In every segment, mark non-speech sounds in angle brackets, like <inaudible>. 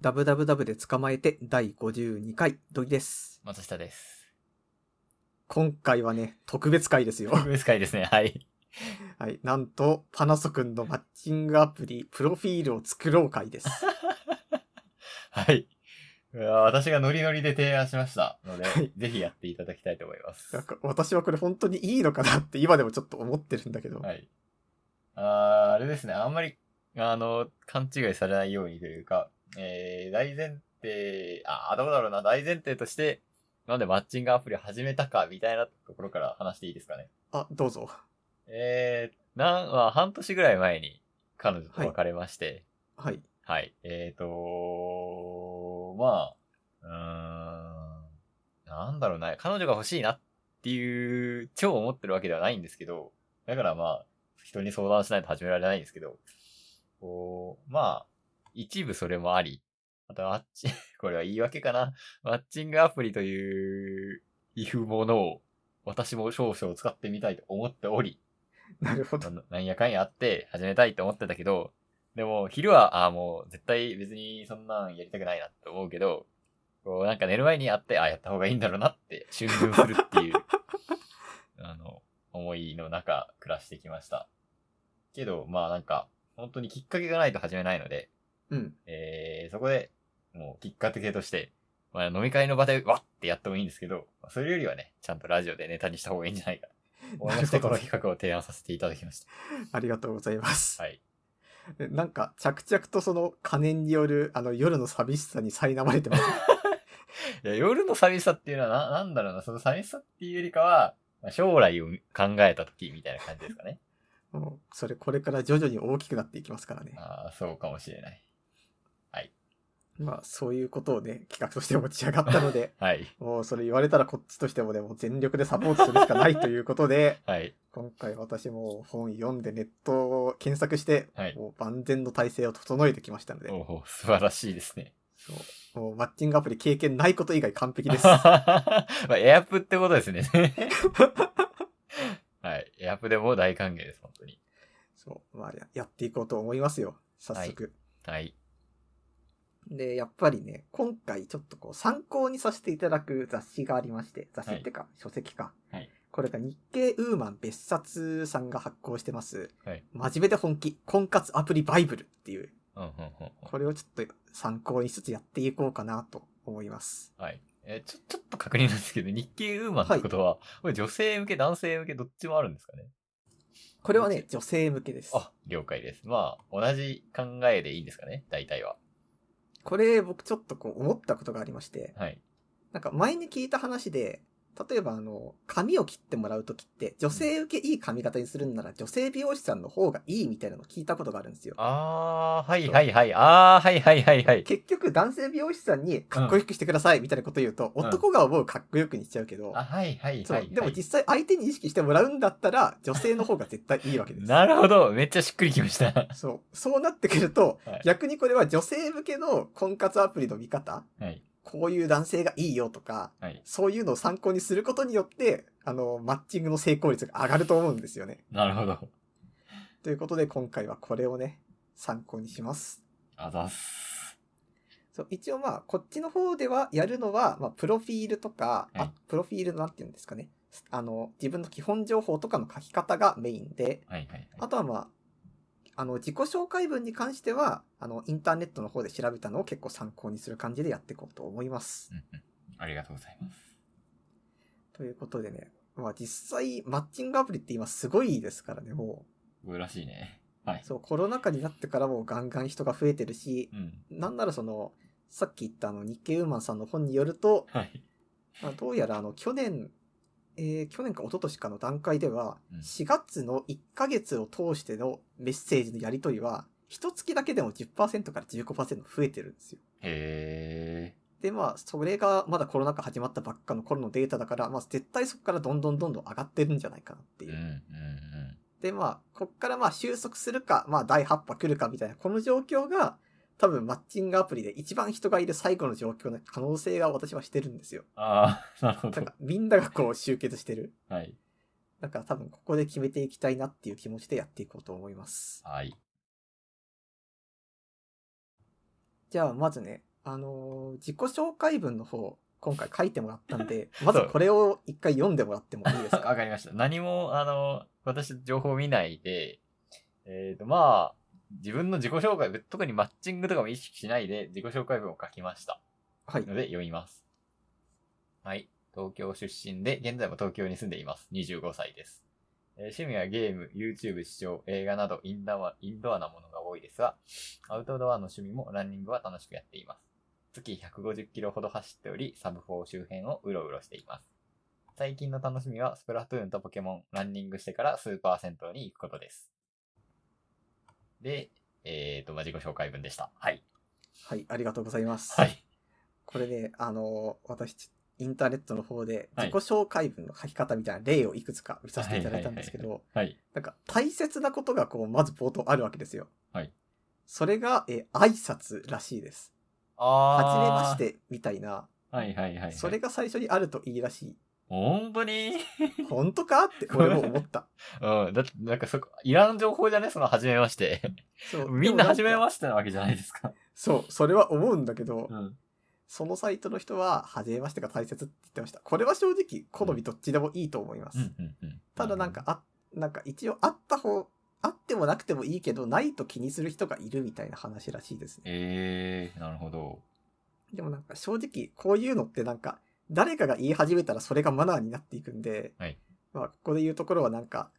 ダブダブダブで捕まえて第52回、土井です。松下です。今回はね、特別回ですよ。 <laughs> 特別会ですね。はい。はい。なんと、パナソ君のマッチングアプリ、プロフィールを作ろう回 <laughs> です。はい。うわ私がノリノリで提案しましたので、はいぜひやっていただきたいと思いまなんす。か私はこれ本当にいいのかなって今でもちょっと思ってるんだけど。はい。あーあれですね。あんまり、あの、勘違いされないようにというか、えー、大前提、あー、どうだろうな、大前提として、なんでマッチングアプリ始めたか、みたいなところから話していいですかね。あ、どうぞ。えー、なん、まあ、半年ぐらい前に彼女と別れまして、はい。はい。えーと、まあ、うーん、なんだろうな、彼女が欲しいなっていう、超思ってるわけではないんですけど、だからまあ、人に相談しないと始められないんですけど、こう、まあ、一部それもあり、あと、あっち、 <laughs> これは言い訳かな。マッチングアプリという、いふものを、私も少々使ってみたいと思っており、なるほど。ななんやかんやあって始めたいと思ってたけど、でも昼は、ああ、もう絶対別にそんなんやりたくないなって思うけど、こうなんか寝る前にあって、ああ、やった方がいいんだろうなって、春分するっ <laughs> ていう、あの、思いの中暮らしてきました。けど、まあなんか、本当にきっかけがないと始めないので、うん。えー、そこで、もうきっかけとして、まあ飲み会の場でわってやってもいいんですけど、まあそれよりはね、ちゃんとラジオでネタにした方がいいんじゃないか。思いまして、なるほこどの企画を提案させていただきました。ありがとうございます。はい。でなんか、着々とその可燃による、あの、夜の寂しさに苛まれて <laughs> ます。いや、夜の寂しさっていうのはな、なんだろうな、その寂しさっていうよりかは、まあ将来を考えた時みたいな感じですかね。 <laughs> もうそれこれから徐々に大きくなっていきますからね。ああ、そうかもしれない。まあ、そういうことをね、企画として持ち上がったので、はい。もうそれ言われたらこっちとしてもね、もう全力でサポートするしかないということで、 <laughs> はい。今回私も本読んでネットを検索して、はいもう万全の体制を整えてきましたので、おお素晴らしいですね。そうもうマッチングアプリ経験ないこと以外完璧です。は <laughs> まあ、エアプってことですね。 <laughs> はい。エアプでも大歓迎です、本当に。そう、まあややっていこうと思いますよ、早速。はい。で、やっぱりね、今回ちょっとこう参考にさせていただく雑誌がありまして、雑誌ってか、書籍か。はいこれが日経ウーマン別冊さんが発行してます、はい真面目で本気、婚活アプリバイブルっていううん、うん、うんうん。これをちょっと参考にしつつやっていこうかなと思います。はい。えーちょ、ちょっと確認なんですけど、日経ウーマンってことは、これ女性向け、男性向け、どっちもあるんですかねこれはね、女性向けです。あ、了解です。まあ、同じ考えでいいんですかね大体は。これ僕ちょっとこう思ったことがありまして、はい。なんか前に聞いた話で、例えばあの、髪を切ってもらうときって、女性受けいい髪型にするんなら女性美容師さんの方がいいみたいなの聞いたことがあるんですよ。あー、はいはいはい。あー、はいはいはいはい。結局男性美容師さんにかっこよくしてくださいみたいなこと言うと、うん男が思うかっこよくにしちゃうけど、あ、はいはいそはうい。でも実際相手に意識してもらうんだったら女性の方が絶対いいわけ <laughs> です。なるほど。めっちゃしっくりきました。はそう。そうなってくると、はい逆にこれは女性向けの婚活アプリの見方、い。こういう男性がいいよとか、はい。そういうのを参考にすることによって、あの、マッチングの成功率が上がると思うんですよね。なるほど。ということで、今回はこれをね、参考にします。あざっす。そう一応まあ、こっちの方ではやるのは、まあ、プロフィールとか、はあいプロフィールのなんて言うんですかね。あの、自分の基本情報とかの書き方がメインで、はいはいはあとはまあ、あの、自己紹介文に関しては、あの、インターネットの方で調べたのを結構参考にする感じでやっていこうと思いますい。。うんうん。ありがとうございます。ということでね、まあ実際、マッチングアプリって今すごいですからね、も僕らしいね。はい。う。そう、コロナ禍になってからもうガンガン人が増えてるし、うん。なんならその、さっき言ったあの、日経ウーマンさんの本によると、はい。まあどうやらあの、去年、えー去年か一昨年かの段階ではう、ん4月の1ヶ月を通してのメッセージのやりとりは、一月だけでも10%から15%増えてるんですよ。へで、まあ、それがまだコロナ禍始まったばっかの頃のデータだから、まあ、絶対そこからどんどんどんどん上がってるんじゃないかなってー。いうう。んうんうん。で、まあ、こっからまあ、収束するか、まあ、第8波来るかみたいな、この状況が、多分マッチングアプリで一番人がいる最後の状況の可能性が私はしてるんですよ。あー、なるほなんど。か、みんながこう集結してる。はい。だから多分ここで決めていきたいなっていう気持ちでやっていこうと思います。はい。じゃあまずね、あのー自己紹介文の方、今回書いてもらったん <laughs> で、まずこれを一回読んでもらってもいいですわかかりました。何も、あの、私、情報見ないで、えっ、と、まあ、自分の自己紹介、特にマッチングとかも意識しないで、自己紹介文を書きました。はい。ので、読みます。はい。東京出身で、現在も東京に住んでいます。25歳です。えー趣味はゲーム、YouTube 視聴、映画などインダワインドアなものが多いですが、アウトドアの趣味もランニングは楽しくやっています。月150キロほど走っており、サブ4周辺をうろうろしています。最近の楽しみは、スプラトゥーンとポケモン、ランニングしてからスーパー銭湯に行くことです。で、えっ、と、まあ、自己紹介文でした。はい。はい、ありがとうございます。はい。これね、あのー私、インターネットの方で自己紹介文の書き方みたいな例をいくつか見させていただいたんですけど、はい。なんか大切なことがこう、まず冒頭あるわけですよ。はい。それが、えー、挨拶らしいです。はじめあまして、みたいな。はいはいはい、はい。それが最初にあるといいらし本当に <laughs> い。 <laughs> 本当かって俺も思った。うん。だって、なんかそこ、いらん情報じゃねその、初めま <laughs> して。そう <laughs> みんな初めはましてなわけじゃないですか。そう、それは思うんだけど、うん。そのサイトの人は、はじめましてが大切って言ってました。これは正直、好みどっちでもいいと思います。うんうんうん。 <laughs> ただなんか、、あ、なんか一応あった方、あってもなくてもいいけど、ないと気にする人がいるみたいな話らしいですね。ええー、なるほど。でもなんか正直、こういうのってなんか、誰かが言い始めたらそれがマナーになっていくんで、はいまあ、ここで言うところはなんか、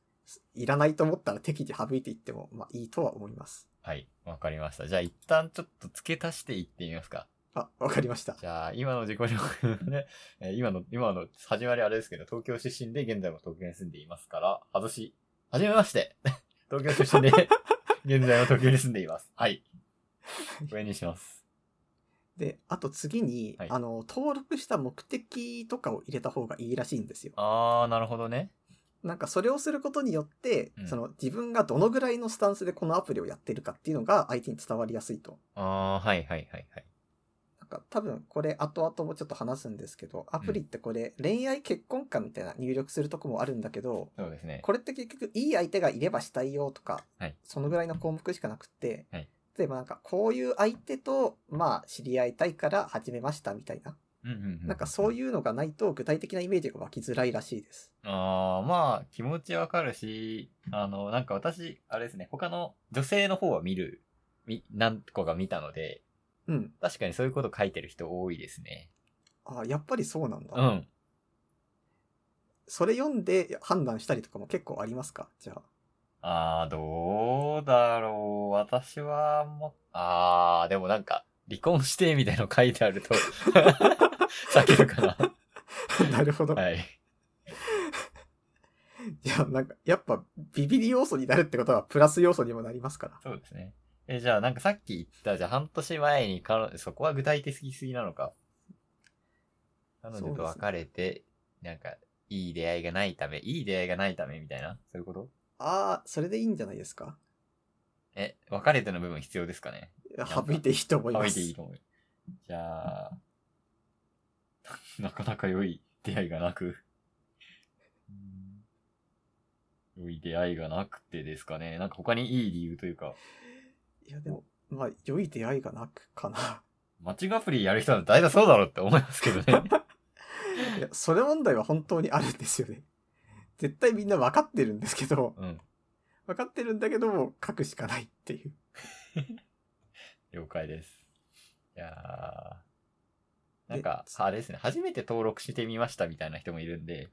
いらないと思ったら適宜省いていっても、まあいいとは思います。はい。わかりました。じゃあ、一旦ちょっと付け足していってみますか。あ、わかりました。じゃあ、今の自己紹介ね、 <laughs> えー今の、今の始まりあれですけど、東京出身で現在も東京に住んでいますから、外し、はじめまして <laughs> 東京出身で、 <laughs> 現在も東京に住んでいます。はい。これにします。で、あと次に、はいあの、登録した目的とかを入れた方がいいらしいんですよ。あー、なるほどね。なんかそれをすることによって、うんその自分がどのぐらいのスタンスでこのアプリをやってるかっていうのが相手に伝わりやすいと。ああ、はいはいはいはい。なんか多分これ後々もちょっと話すんですけど、アプリってこれ恋愛結婚観みたいな入力するとこもあるんだけど、そうですね。これって結局いい相手がいればしたいよとか、はいそのぐらいの項目しかなくって、はい例えばなんかこういう相手とまあ知り合いたいから始めましたみたいな、うんうんうなんかそうう。いうのがないと具体的なイメージが湧きづらいらしいです。ああ、まあ、気持ちわかるし、あの、なんか私、あれですね、他の女性の方は見る、み、何個か見たので、うん。確かにそういうこと書いてる人多いですね。あやっぱりそうなんだ。うん。それ読んで判断したりとかも結構ありますかじゃあ。 <laughs> ああ、どうだろう。私は、もう、ああ、でもなんか、離婚してみたいなの書いてあ <laughs> ると、避けるかなるほど。な。はい。じゃあなんか、やっぱビビり要素になるってことはプラス要素にもなりますから。そうですね。え、じゃあなんかさっき言った、じゃあ半年前に彼女、そこは具体的すぎなのか。彼そうで女すとね別れて、なんか、いい出会いがないため、いい出会いがないためみたいな、そういうことああ、それでいいんじゃないですかえ、別れての部分必要ですかね省いていいと思い省まいす。ていいと思う。じゃあ、 <laughs> なかなか良い出会いがなく、うん良い出会いがなくてですかね。なんか他にいい理由というか、いやでも、まあ、良い出会いがなくかな。マッチングアプリやる人なんて大体そうだろうって思いますけどね。いや、それ問題は本当にあるんですよね。絶対みんな分かってるんですけど、うん。分かってるんだけども、書くしかないっていう。了解です。いやーなんか、あれですね。初めて登録してみましたみたいな人もいるんで、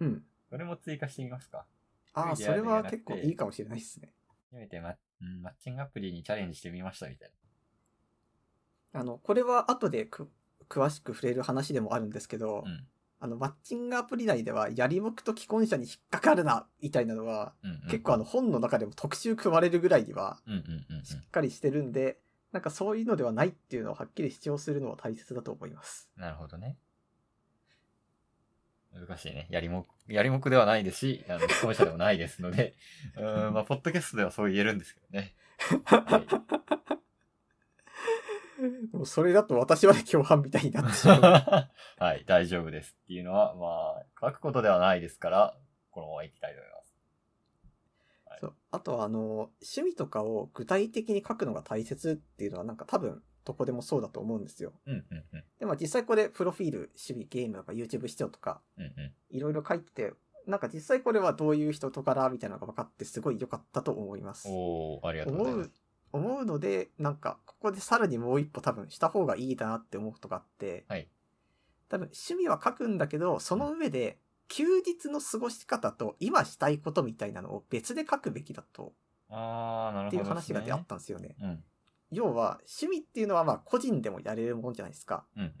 うん。それも追加してみますか。あ良あ、い出そ会れいがなはくて結構いいかもしれないですね。初めてマ,、うん、マッチングアプリにチャレンジしてみましたみたいあの、これは後でく詳しく触れる話でもあるんですけど、な。うん。あの、マッチングアプリ内では、やりもくと既婚者に引っかかるな、みたいなのは、うん、うん。結構あの、本の中でも特集組まれるぐらいには、うんうんうんうん。しっかりしてるんで、なんかそういうのではないっていうのをはっきり主張するのは大切だと思います。なるほどね。難しいね。やりも、やりもくではないですし、あの、既婚者でもないですの <laughs> で、うーん、まあ、ポッドキャストではそう言えるんですけどね。はいもうそれだと私はね共犯みたいに <laughs> なってしまう。はい、大丈夫ですっていうのは、まあ、書くことではないですから、このままいきたいと思います。そうあとはあの、趣味とかを具体的に書くのが大切っていうのはなんか多分、とこでもそうだと思うんですよ。うんうんうん。で、まあ実際これ、プロフィール、守備、ゲームとか YouTube 視聴とか、うんうん。いろいろ書いてて、なんか実際これはどういう人と柄みたいなのが分かってすごい良かったと思います。おー、ありがとうござい思まうす。、思うので、なんか、ここでさらにもう一歩多分した方がいいなって思うことがあって、はい多分趣味は書くんだけど、その上で、休日の過ごし方と今したいことみたいなのを別で書くべきだと、あー、なるっほてど、いうね。話が出あったんですよね。うん。うん要は、趣味っていうのはまあ個人でもやれるもんじゃないですか。うんうん。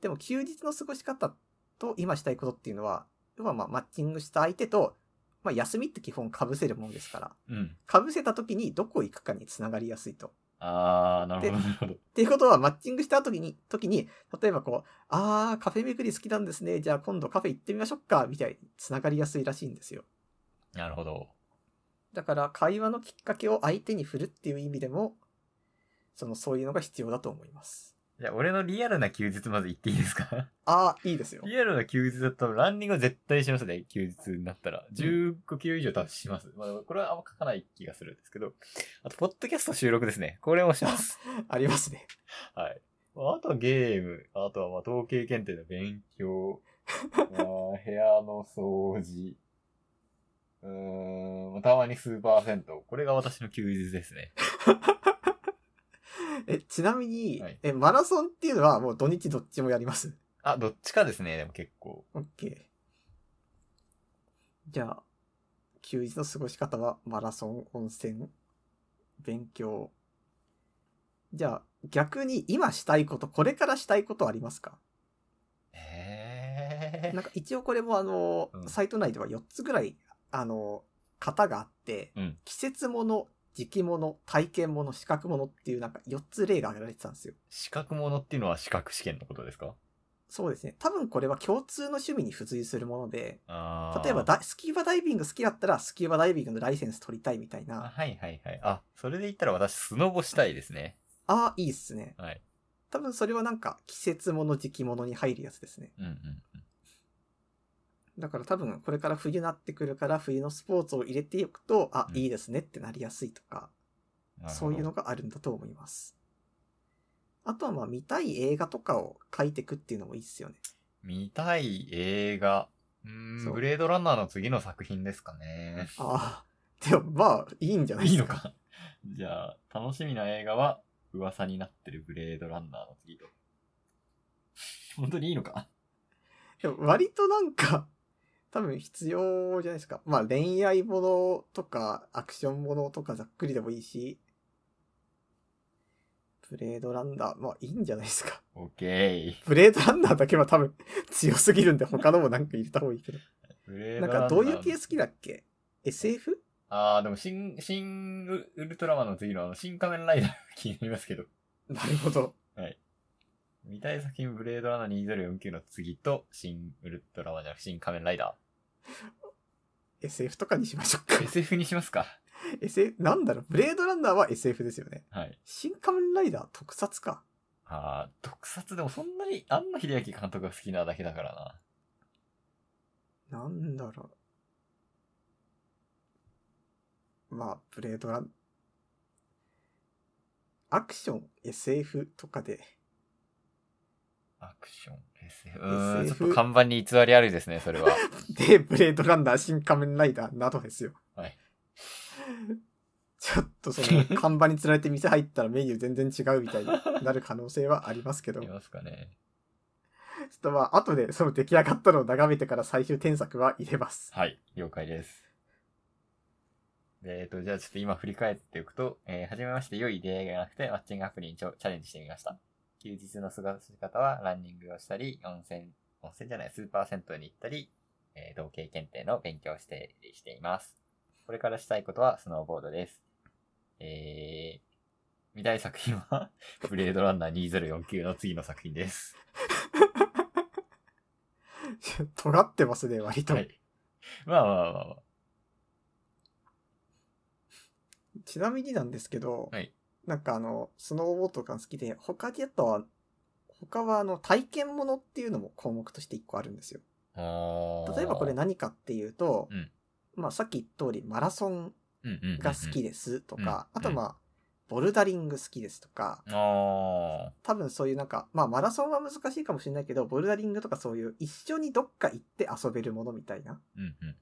でも休日の過ごし方と今したいことっていうのは、要はまあマッチングした相手と、まあ休みって基本被せるもんですから、うん。被せた時にどこ行くかにつながりやすいと。あー、なるほど、なるほど。っていうことは、マッチングした時に、時に、例えばこう、あー、カフェ巡り好きなんですね。じゃあ今度カフェ行ってみましょうか。みたいに繋がりやすいらしいんですよ。なるほど。だから、会話のきっかけを相手に振るっていう意味でも、その、そういうのが必要だと思います。じゃあ、俺のリアルな休日まず言っていいですかあー、いいですよ。 <laughs> リアルな休日だとランニングは絶対しますね、休日になったら。15キロ以上多分します。まあ、これはあんま書かない気がするんですけど。あと、ポッドキャスト収録ですね。これもします。ありますね。はい。まああとはゲーム、あとはまあ統計検定の勉強、 <laughs> まあ部屋の掃除、うーん、たまにスーパー銭湯。これが私の休日ですね。え、ちなみに、はいえ、マラソンっていうのはもう土日どっちもやります。あ、どっちかですね、でも結構。 OK。じゃあ、休日の過ごし方はマラソン、温泉、勉強。じゃあ、逆に今したいこと、これからしたいことありますかへなんか一応これもあの、うんサイト内では4つぐらい、あの、型があって、うん季節もの、時期もの、体験もの、資格ものっていうなんか4つ例が挙げられてたんですよ。資格ものっていうのは資格試験のことですかそうですね。多分これは共通の趣味に付随するもので、あー例えばだスキューバダイビング好きだったらスキューバダイビングのライセンス取りたいみたいあなはいはいはい。あ、それで言ったら私、スノボしたいですね。ああいいっすねはい。多分それはなんか季節もの時期ものに入るやつですねうんうん。だから多分これから冬になってくるから冬のスポーツを入れておくとあ、うんいいですねってなりやすいとかなるほどそういうの。があるんだと思いますあとはまあ見たい映画とかを書いていくっていうのもいいっすよね見たい映画。うーそん、うブレードランナーの次の作品ですかね。ああでもまあいいんじゃないでいいすのかか。じゃあ、楽しみな映画は、噂になってるブレードランナーの次と。本当にいいのかでも割となんか、 <laughs> 多分必要じゃないですか。まあ恋愛ものとか、アクションものとかざっくりでもいいし、ブレードランダー、まあいいんじゃないですか。 <laughs> オッケー。ブレードランダーだけは多分強すぎるんで他のもなんか入れた方がいいけど。ブレーなドんランナかーどういう系好きだっけ ?SF? あー、でも、新、新ウウルトラマンの次のあの、新仮面ライダーが気になりますけど。なるほど。見たい作品、ブレードランナー2049の次と、新ウルトラマンじゃなく新仮面ライダ SF とかにしましょうかー。。SF にしますか SF、なんだろう、ブレードランダーは SF ですよね。はい。新仮面ライダー特撮か。あー、特撮でもそんなに、安野秀明監督が好きなだけだからな。なんだろう。まあ、ブレードラン、アクション、SF とかで、 <laughs> アクション、SF。うーん、ち SF ょっと看板に偽りありですね、それは。で、ブレードランナー、新仮面ライダーなどですよ。はい。ちょっとそ <laughs> の、看板に釣られて店入ったらメニュー全然違うみたいになる可能性はありますけど、ちいょっますかね。とまあ、後でその出来上がったのを眺めてから最終添削は入れます。 <laughs> はい、了解です。でえっ、と、じゃあちょっと今振り返っておくと、えー、はじめまして良い出会いがなくてマッチングアプリにちょチャレンジしてみました。休日の過ごし方はランニングをしたり、温泉、温泉じゃない、スーパー銭湯に行ったり、えー、同型検定の勉強をして、しています。これからしたいことはスノーボードです。えー、見たい作品は、 <laughs> ブレードランナー2049の次の作品です。尖ってますね、割と。はい。まあまあまあまあ。ちなみになんですけど、はいなんかあの、スノーボードとか好きで、他でやったは、他はあの、体験ものっていうのも項目として一個あるんですよ。例えばこれな、何かっていうと、うんまあさっき言った通りマラソンうんうんうんうんが好きですとか、うあんとまあ、ボルダリング好きですとか、ああ。多分そういうなんか、まあマラソンは難しいかもしれないけど、ボルダリングとかそういう一緒にどっか行って遊べるものみたいな。うんうんうん。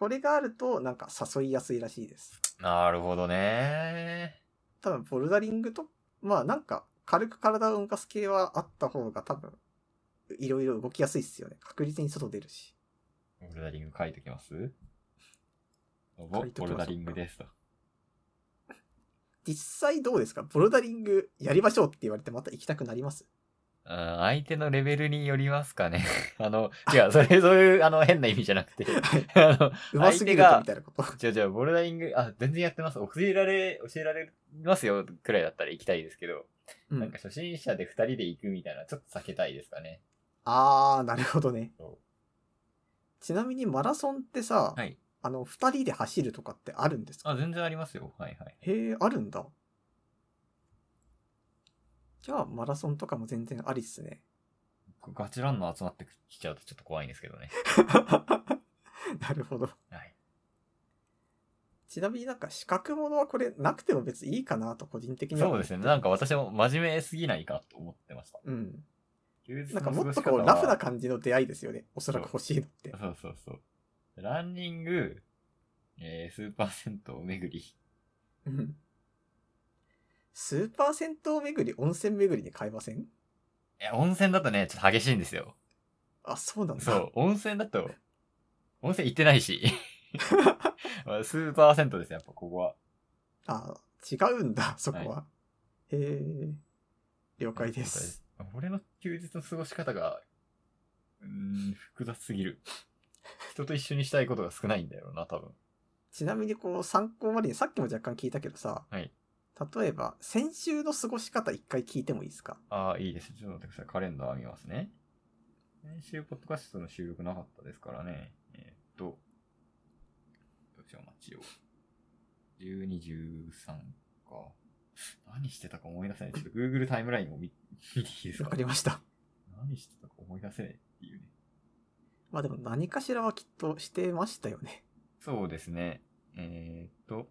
これがあるとなんか誘いやすいらしいです。なるほどね。多分ボルダリングと、まあなんか軽く体を動かす系はあった方が多分、いろいろ動きやすいっすよね。確実に外出るし。ボルダリング書いときますボ書いときましょうかボルダリングですと。実際どうですかボルダリングやりましょうって言われてまた行きたくなりますうん相手のレベルによりますかね。 <laughs> あの、違う、それ、そういう、あの、変な意味じゃなくて。<laughs> <laughs> はい。あの、うますぎるとみたいなこと。じゃあじゃあ、ボルダリング、あ、全然やってます。教えられ、教えられますよ、くらいだったら行きたいですけど、うなんんか、初心者で二人で行くみたいな、ちょっと避けたいですかね。あー、なるほどねそ。ちなみにマラソンってさ、い。あの、二人で走るとかってあるんですかあ、全然ありますよ。はいはい。へえ、あるんだ。じゃあ、マラソンとかも全然ありっす <laughs> ね。ガチランナー集まってきちゃうとちょっと怖いんですけどね。なるほど。はい。ちなみになんか資格ものはこれなくても別にいいかなと個人的にはそうですね。なんか私も真面目すぎないかと思ってました。うん。休日なのんかもっと過こごし方うはラフな感じの出会いですよね。おそらく欲しいのって。そうそうそう。ランニング、えー、スーパー銭湯巡り。うん。スーパー銭湯巡り、温泉巡りに変えませんえ、温泉だとね、ちょっと激しいんですよ。あ、そうなんだ。そう、温泉だと、温泉行ってない <laughs> し。まあスーパー銭湯ですね、やっぱここは。あ、違うんだ、そこは。へえ。了解です。。俺の休日の過ごし方が、うーん、複雑すぎる。人と一緒にしたいことが少ないんだよな、多分。ちなみにこう参考までにさっきも若干聞いたけどさ、はい例えば先週の過ごし方一回聞いてもいいですかああ、いいです。ちょっと待ってください。カレンダー見ますね。先週、ポッドキャストの収録なかったですからね。えーっと、どうしよう、待ちを。12、13か。何してたか思い出せない。ちょっと Google タイムラインを見、見ていいですわかかりました。何してたか思い出せないっていうね。まあでも何かしらはきっとしてましたよね。そうですね。えーっと、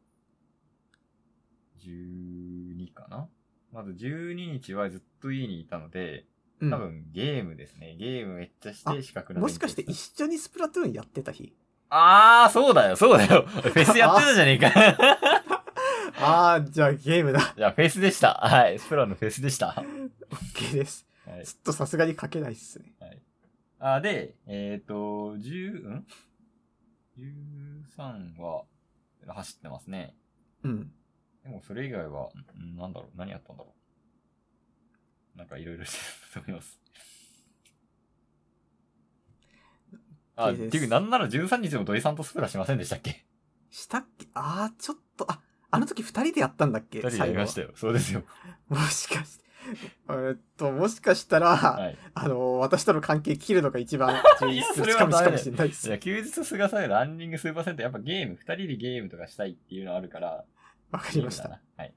12かなまず12日はずっと家にいたので、うん多分ゲームですね。ゲームめっちゃしてあ資格のも勉しか強してた一緒にスプラトゥーンやってた日あー、そうだよ、そうだよ。フ <laughs> ェスやってたじゃね <laughs> えか。ああ、じゃあゲームだ。じゃあ、フェスでした。はい。スプラのフェスでした。は OK です。いちょっとさすがに書けないっすね。あ、で、えっ、と、10、ん ?13 は走ってますね。うん。でも、それ以外は、んなんだろう、何やったんだろう。なんか、いろいろしてたと思います。あ、っいいてですいう、なんなら13日も土井さんとスプラしませんでしたっけしたっけああ、ちょっと、あ、あの時二人でやったんだっけ二人でやりましたよ。そうですよ。最後はもしかして、えーっと、もしかしたら、はい。あの、私との関係切るのが一 <laughs> 番いやそれつかはダみしかメだよもしれないでいす。や、休日の菅さんランニングスーパーセント、やっぱゲーム、二人でゲームとかしたいっていうのあるから、わかゲりーまムしだた。な。はい。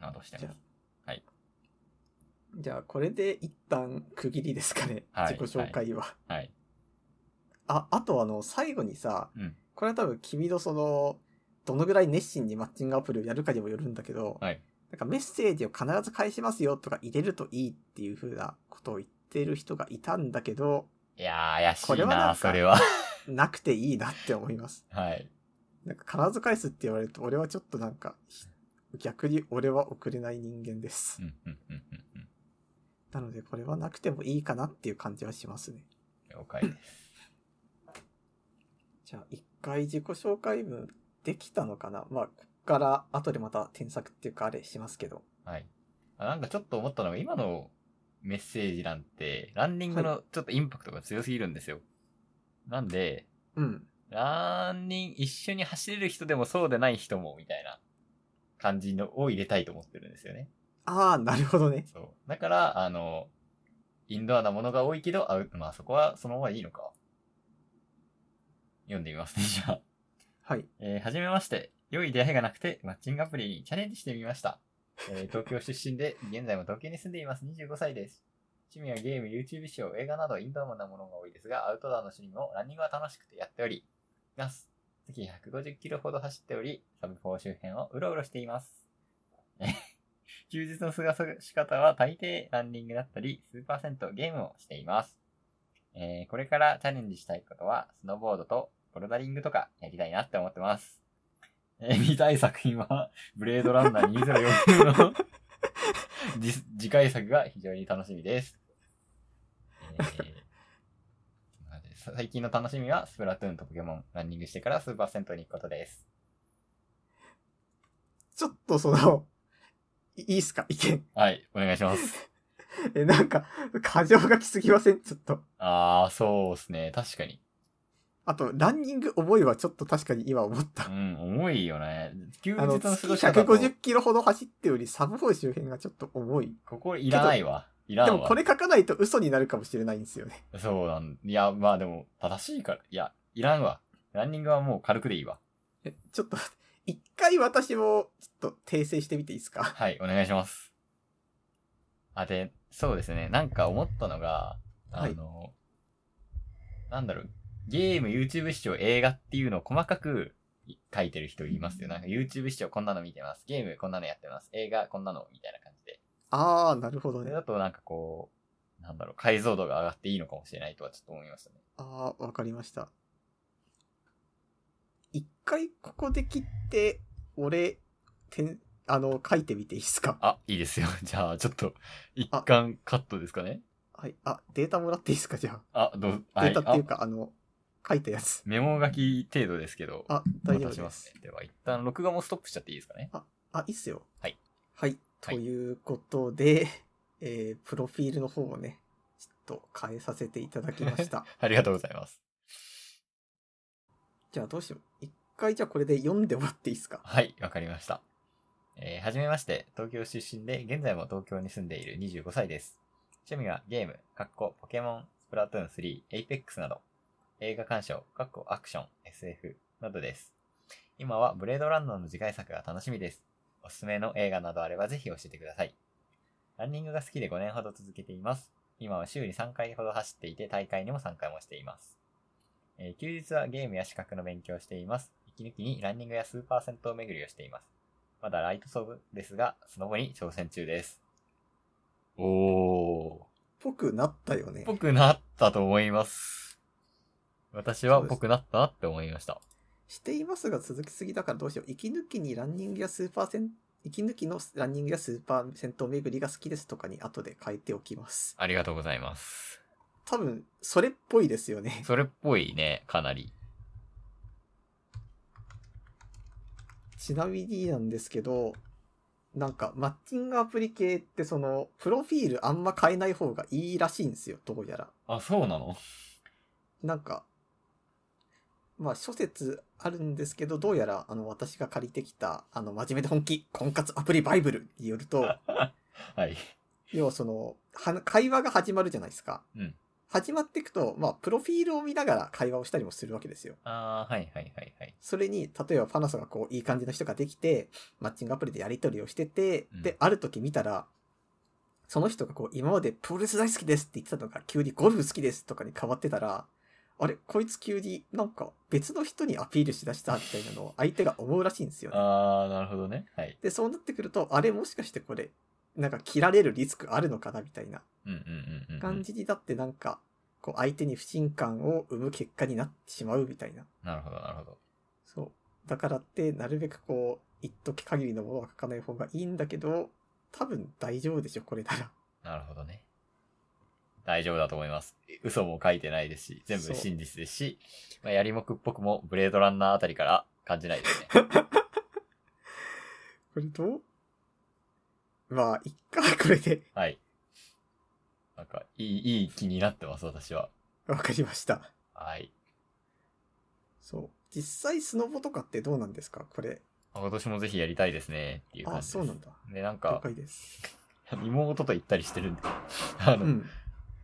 などしてまじゃすあ。じゃあ、これで一旦区切りですかね。はい自己紹介は。はい。あ、あとあの、最後にさ、うんこれは多分君のその、どのぐらい熱心にマッチングアプリをやるかにもよるんだけど、はいなんかメッセージを必ず返しますよとか入れるといいっていう風なことを言ってる人がいたんだけど、いやー、怪しこれいはなんな、かそれは。 <laughs> なくていいなって思います。はい。なんか必ず返すって言われると、俺はちょっとなんか、逆に俺は送れない人間ですう。ん、うん、うん、うんうん。なので、これはなくてもいいかなっていう感じはしますね。了解です。じゃあ、一回自己紹介文できたのかなまあ、こっから後でまた添削っていうかあれしますけど。はい。あなんかちょっと思ったのが、今のメッセージなんて、ランニングのちょっとインパクトが強すぎるんですよ。なんで、うん。ランニング、一緒に走れる人でもそうでない人も、みたいな感じのを入れたいと思ってるんですよね。ああ、なるほどね。そう。だから、あの、インドアなものが多いけど、あまあそこはそのままいいのか。読んでみますね、じゃあ。はい。えーはじめまして。良い出会いがなくて、マッチングアプリにチャレンジしてみました。えー <laughs> 東京出身で、現在も東京に住んでいます。25歳です。趣味はゲーム、YouTube ショー、映画などインドアなものが多いですが、アウトドアの趣味もランニングは楽しくてやっております。時150キロほど走っており、サブ4周辺をうろうろしています。 <laughs> 休日の過ごし方は大抵ランニングだったり、数パーセントゲームをしています。えーこれからチャレンジしたいことは、スノーボードとボルダリングとかやりたいなって思ってます。えー見たい作品は、ブレードランナー2049の次次回作が非常に楽しみです。えーさ最近の楽しみは、スプラトゥーンとポケモン、ランニングしてからスーパーセントに行くことです。ちょっとその、いいいっすか意見。 <laughs> はい、お願いします。え、なんか、過剰書きすぎませんちょっと。あー、そうですね。確かに。あと、ランニング覚えはちょっと確かに今思ったう。ん、重いよね。休日あのの、過月ごし方と150キロほど走っており、サブ4周辺がちょっと重い。ここいらないわ。いらでんもわ。これ書かないと嘘になるかもしれないんですよね。そうなんいや、まあでも、正しいから。いや、いらんわ。ランニングはもう軽くでいいわ。え、ちょっと待って、一回私もちょっと訂正してみていいですかはい、お願いします。あ、で、そうですね。なんか思ったのが、あはいの、なんだろう、ゲーム、YouTube 視聴、映画っていうのを細かく書いてる人いますよ。なんか YouTube 視聴こんなの見てます。ゲームこんなのやってます。映画こんなのみたいな感じで。あー、なるほどそれね。だとなんかこう、なんだろう、解像度が上がっていいのかもしれないとはちょっと思いましたね。あー、わかりました。一回ここで切って、俺、てん、あの、書いてみていいですかあ、いいですよ。 <laughs> じゃあ、ちょっと、一貫カットですかね。はい。あ、データもらっていいですかじゃあ、どう、あ。はデーい。タっていうあ、か、あの、書いたやつ。メモ書き程度ですけど。あ、大丈渡し夫で。ますすね。では、一旦録画もストップしちゃっていいですかね。あ、いいっすよ。はい。はい。ということで、えー、プロフィールの方をね、ちょっと変えさせていただきま <laughs> した。ありがとうございます。じゃあどうしよう。一回じゃあこれで読んでもらっていいですかはい、わかりました。えー、はじめまして、東京出身で、現在も東京に住んでいる25歳です。趣味がゲーム、かっこポケモン、スプラトゥーン3、エイペックスなど、映画鑑賞、かっこアクション、SF などです。今はブレードランナーの次回作が楽しみです。おすすめの映画などあればぜひ教えてください。ランニングが好きで5年ほど続けています。今は週に3回ほど走っていて大会にも参加もしています。えー休日はゲームや資格の勉強をしています。息抜きにランニングやスーパーセントを巡りをしています。まだライトソブですが、スノボに挑戦中です。おー。ぽくなったよね。ぽくなったと思います。私はぽくなったなって思いました。していますが続きすぎだからどうしよう。息抜きにランニングやスーパーセン、息抜きのランニングやスーパー戦闘巡りが好きですとかに後で変えておきます。ありがとうございます。多分、それっぽいですよね。それっぽいね、かなり。ちなみになんですけど、なんかマッチングアプリ系ってその、プロフィールあんま変えない方がいいらしいんですよ、どうやら。あ、そうなのなんか、まあ諸説あるんですけど、どうやらあの私が借りてきた、あの、真面目で本気、婚活アプリバイブルによると、 <laughs> はい。要はその、は会話が始まるじゃないですか。うん始まっていくと、まあ、プロフィールを見ながら会話をしたりもするわけですよ。あー、はいはいはいはい。それに、例えばパナソがこう、いい感じの人ができて、マッチングアプリでやり取りをしてて、うんで、ある時見たら、その人がこう、今までプロレス大好きですって言ってたのが、急にゴルフ好きですとかに変わってたら、あれ、こいつ急になんか別の人にアピールしだしたみたいなのを相手が思うらしいんですよね。あー、なるほどね。はい。で、そうなってくると、あれもしかしてこれ、なんか切られるリスクあるのかなみたいなうんうんうんうん、うん。感じになってなんか、こう相手に不信感を生む結果になってしまうみたいな。なるほどなるほど。そう。だからって、なるべくこう、一時限りのものは書かない方がいいんだけど、多分大丈夫でしょ、これなら。なるほどね。大丈夫だと思います。嘘も書いてないですし、全そ部う真実ですし、まあ、やりもくっぽくもブレードランナーあたりから感じないですね。 <laughs> これとまあ、いっか、これで。 <laughs> はい。なんか、いい、いい気になってます、私は。わかりました。はい。そう。実際、スノボとかってどうなんですかこれ。あ今年もぜひやりたいですね、っていう感じあ、です。そうなんだ。で、なん了か、解です。妹と行ったりしてるんで、 <laughs> あうの、ん。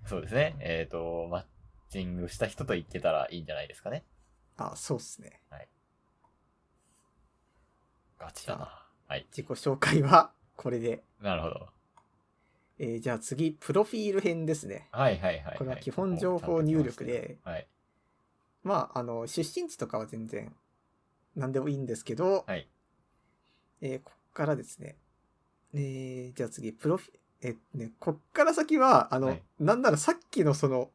そうですね。えっ、と、マッチングした人と行けたらいいんじゃないですかね。あ、そうっすね。ガチだな。はい。自己紹介は、これで。なるほど。えーじゃあ次、プロフィール編ですね。はいはいはい、はい。これは基本情報入力ではい。まあ、あの、出身地とかは全然何でもいいんですけど、はいえーこっからですね、えーじゃあ次、プロフィ、えっとね、こっから先は、あの、はいなんならさっきのその、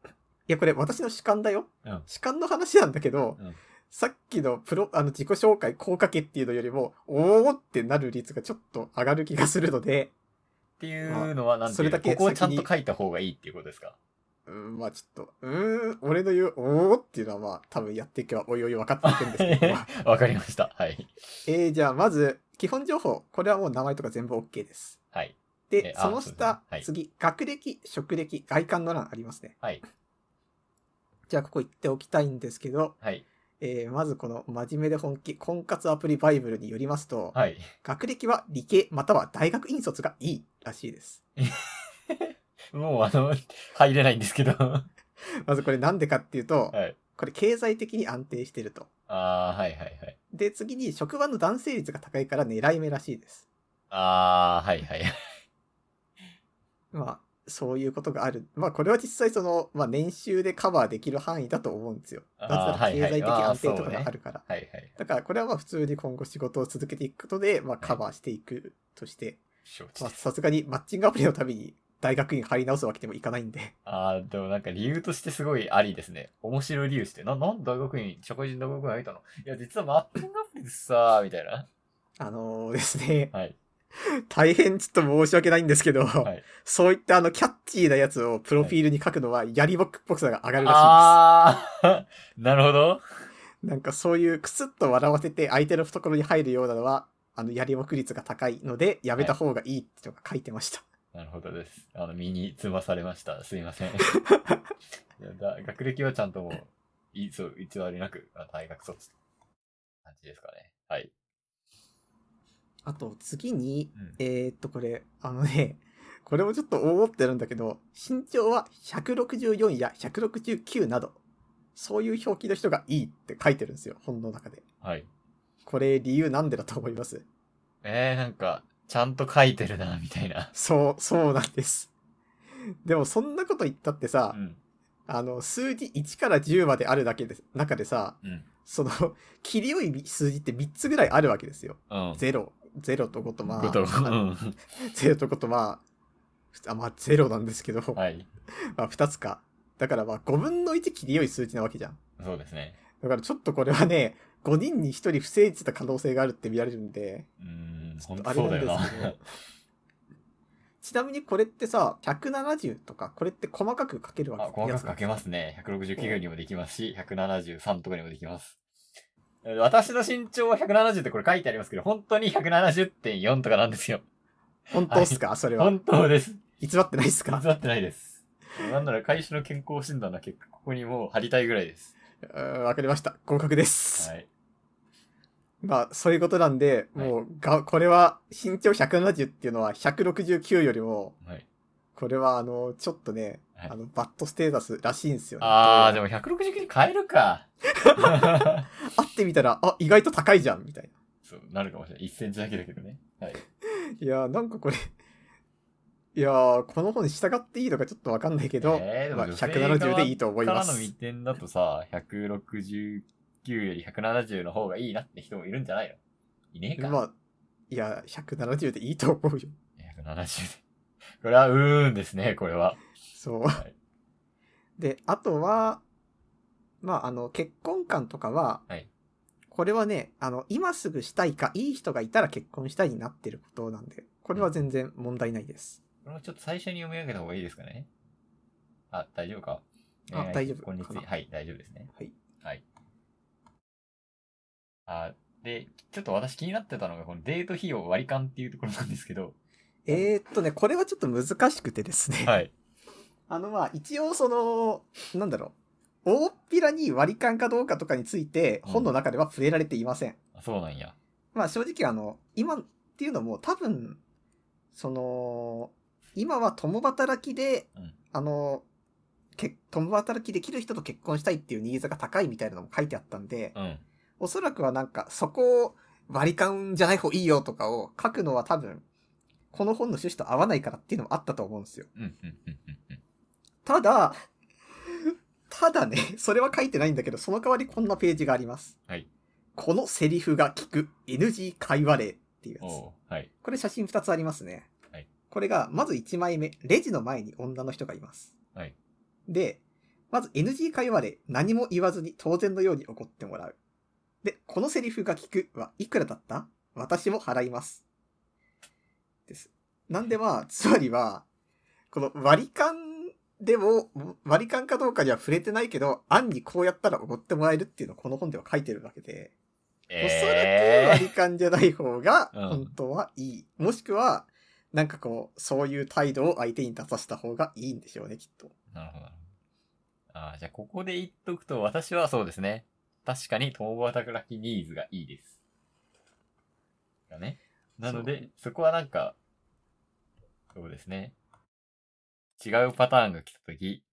いや、これ私の主観だよ。うん主観の話なんだけど、うんさっきのプロ、あの、自己紹介、効果けっていうのよりも、おーってなる率がちょっと上がる気がするので、っていうのはなんてそれいうのだけここをちゃん先とに書いた方がいいっていうことですかうん、まあちょっと、うーん、俺の言う、おーっていうのはまあ、多分やっていけばおいおい分かっていくんですけど、 <laughs> わかりました。はい。えー、じゃあまず、基本情報。これはもう名前とか全部 OK です。はい。えで、あその下、そうです次、学歴、職歴、外観の欄ありますね。はい。じゃあここ言っておきたいんですけど、はい。えーまずこの真面目で本気、婚活アプリバイブルによりますと、はい。学歴は理系または大学院卒がいいらしいです。もうあの、入れないんですけど。 <laughs> はまずこれなんでかっていうと、い。これ経済的に安定してると。ああ、はいはいはい。で、次に職場の男性率が高いから狙い目らしいです。ああ、はいはい。まあ、そういうことがある。まあ、これは実際その、まあ、年収でカバーできる範囲だと思うんですよ。だあーったら経済的はいはい安定とかあーそうねがあるから。はいはい。だから、これはまあ、普通に今後仕事を続けていくことで、まあ、カバーしていくとして、承知まあ、です。さすがにマッチングアプリのために大学院入り直すわけにもいかないんで。 <laughs> ああ、でもなんか理由としてすごいありですね。面白い理由して。な、なんで大学院、社会人大学院入ったのいや、実はマッチングアプリでさー、みたいな。あのーですね、はい。大変ちょっと申し訳ないんですけど、いそういったあの、キャッチーなやつをプロフィールに書くのは、やりぼっぽくさが上がるらしいです。ああ、 <laughs> なるほど。なんかそういうクスッと笑わせて相手の懐に入るようなのは、あの、やりもく率が高いので、やめた方がいいっていうのが書いてました。なるほどです。あの、身につまされました。すいませ <laughs> ん。いやだ学歴はちゃんともう、いそう、偽りなく、あ大学卒。感じですかね。はい。あと、次に、うんえーっと、これ、あのね、これもちょっと思ってるんだけど、身長は164や169など、そういう表記の人がいいって書いてるんですよ、本の中で。はい。これ、理由なんでだと思いますえー、なんか、ちゃんと書いてるな、みたいな。そう、そうなんです。でも、そんなこと言ったってさう、ん。あの、数字1から10まであるだけで、中でさ、うん。その、切り良い数字って3つぐらいあるわけですよ。うん。 0、0と5とまあ、ごとあ <laughs> のう0と5とまあ、あまあ0なんですけど、ん。はい。 <laughs> まあ2つか。だからまあ5分の1切り良い数字なわけじゃん。そうですね。だからちょっとこれはね、5人に1人不正実な可能性があるって見られるんで、うーん。ちょほっとんとあれそうなだんよですけなど。。 <laughs> ちなみにこれってさ、170とか、これって細かく書けるわ <laughs> あ、け細かく書けますね。169にもできますし、173とかにもできます。えー私の身長は170ってこれ書いてありますけど、本当に170.4とかなんですよ。本当っすか、それは。本当です。偽ってないっす <laughs> 偽かってないです。なんなら会社の健康診断の結果、ここにもう貼りたいぐらいです。うんわかりました。合格です。はい。まあ、そういうことなんで、はいもうが、これは、身長170っていうのは、169よりも、はい。これは、あの、ちょっとね、はいあの、バッドステータスらしいんですよね。あー、でも。も169に変えるか。 <laughs> 会ってみたら、あ、意外と高いじゃん、みたいそう、なるかもしれない。1センチだけだけどね。はい。な。いやー、なんかこれ、いやー、この本に従っていいのかちょっとわかんないけど、えーでもまあ、女性170でいいと思いからまのす見。点だとさ、169より170の方がいいなって人もいるんじゃないのいねえか。まあ、いや、170でいいと思うよ。 170で。これは、うーんですね、これは。そう。はいで、あとは、まあ、あの、結婚観とかは、はいこれはね、あの、今すぐしたいか、いい人がいたら結婚したいになってることなんで、これは全然問題ないです。これもちょっと最初に読み上げた方がいいですかね。あ、大丈夫かあ大丈夫こんにかちなは。はい、大丈夫ですね。はい。はい。あ、で、ちょっと私気になってたのが、このデート費用割り勘っていうところなんですけど。えー、っとね、これはちょっと難しくてですね、はい。 <laughs> あの、まあ、一応その、なんだろう、大っぴらに割り勘かどうかとかについて、うん本の中では触れられていません。あそうなんや。まあ、正直あの、今っていうのも多分、その、今は共働きで、うんあの、け共働きできる人と結婚したいっていうニーズが高いみたいなのも書いてあったんで、うん。おそらくはなんかそこを割り勘じゃない方いいよとかを書くのは多分、この本の趣旨と合わないからっていうのもあったと思うんですよ。うん、うん、うん、うんうん。ただ、ただね、それは書いてないんだけど、その代わりこんなページがあります。はいこのセリフが効く NG 会話例っていうやつ。おうはい。これ写真2つありますね。はいこれが、まず1枚目、レジの前に女の人がいます。はいで、まず NG 会話で何も言わずに当然のように怒ってもらう。で、このセリフが聞くはいくらだった私も払います。です。なんで <laughs> まあ、つまりは、この割り勘でも、割り勘かどうかには触れてないけど、案にこうやったら怒ってもらえるっていうのをこの本では書いてるわけで。おそらく割えり勘じゃない方がうん本当はいい。もしくは、なんかこう、そういう態度を相手に出させた方がいいんでしょうね、きっと。ー、なるほど。あーじゃあここで言っとくと、私はそうですね。確かに統合働きニーズがいいです。だね。なので、そこはなんか、そうですね。違うパターンが来たとき、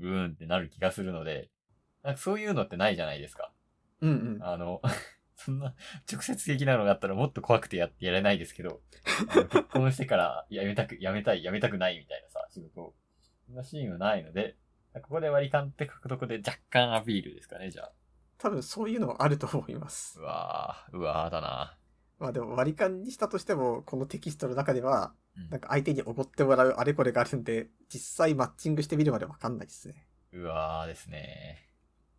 うーんってなる気がするので、なんかそういうのってないじゃないですか。うんうん。あの、 <laughs> そんな直接的なのがあったらもっと怖くてややれないですけど、あの結婚してからやめたく、やめたい、やめたくないみたいなさ、仕事を。そんなシーンはないので、ここで割り勘って獲得で若干アピールですかね、じゃあ。多分そういうのはあると思いますう。わー、うわーだな。まあでも割り勘にしたとしても、このテキストの中では、うんなんか相手におごってもらうあれこれがあるんで、実際マッチングしてみるまでわかんないですね。うわーですね。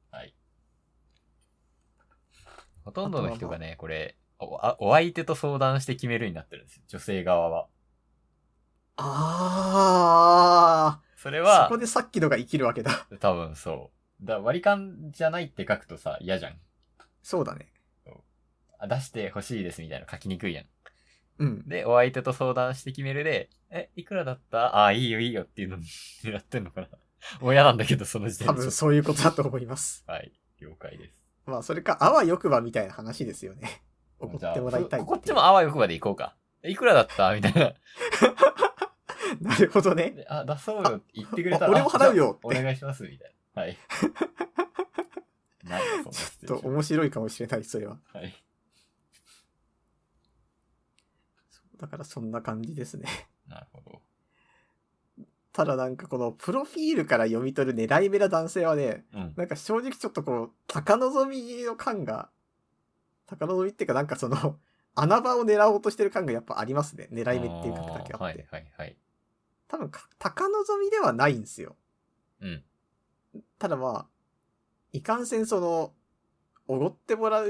はい。ほとんどの人がね、これ、お、あお相手と相談して決めるようになってるんですよ。女性側は。あそれー、はそこ、でさっきのが生きるわけだ。多分そう。だ割り勘じゃないって書くとさ、嫌じゃん。そうだね。あ出して欲しいですみたいなの書きにくいやん。うん。で、お相手と相談して決めるで、え、いくらだったああ、いいよいいよっていうの <laughs> 狙ってんのかな。もう嫌なんだけど、その時点多で。分そういうことだと思います。はい、了解です。まあ、それか、あわよくばみたいな話ですよ <laughs> ね。怒ってもらいたいてじゃあここっちもあわよくばで行こうか。えいくらだったみたいな。なるほど <laughs> ね。であ、出そうよって言ってくれたあら。俺も払うよあじゃあお願いします、みたいな。はい。ないよちそょっんなと面白いかもしれない、それは。白い。はい。だからそんな感じですね。なるほど。ただなんかこのプロフィールから読み取る狙い目な男性はね、うん。なんか正直ちょっとこう、高望みの感が、高望みっていうかなんかその、穴場を狙おうとしてる感がやっぱありますね。狙い目っていうかだけあって。ーはい、はい、はい。多分か、高望みではないんですよ。うん。ただまあ、いかんせんその、おごってもら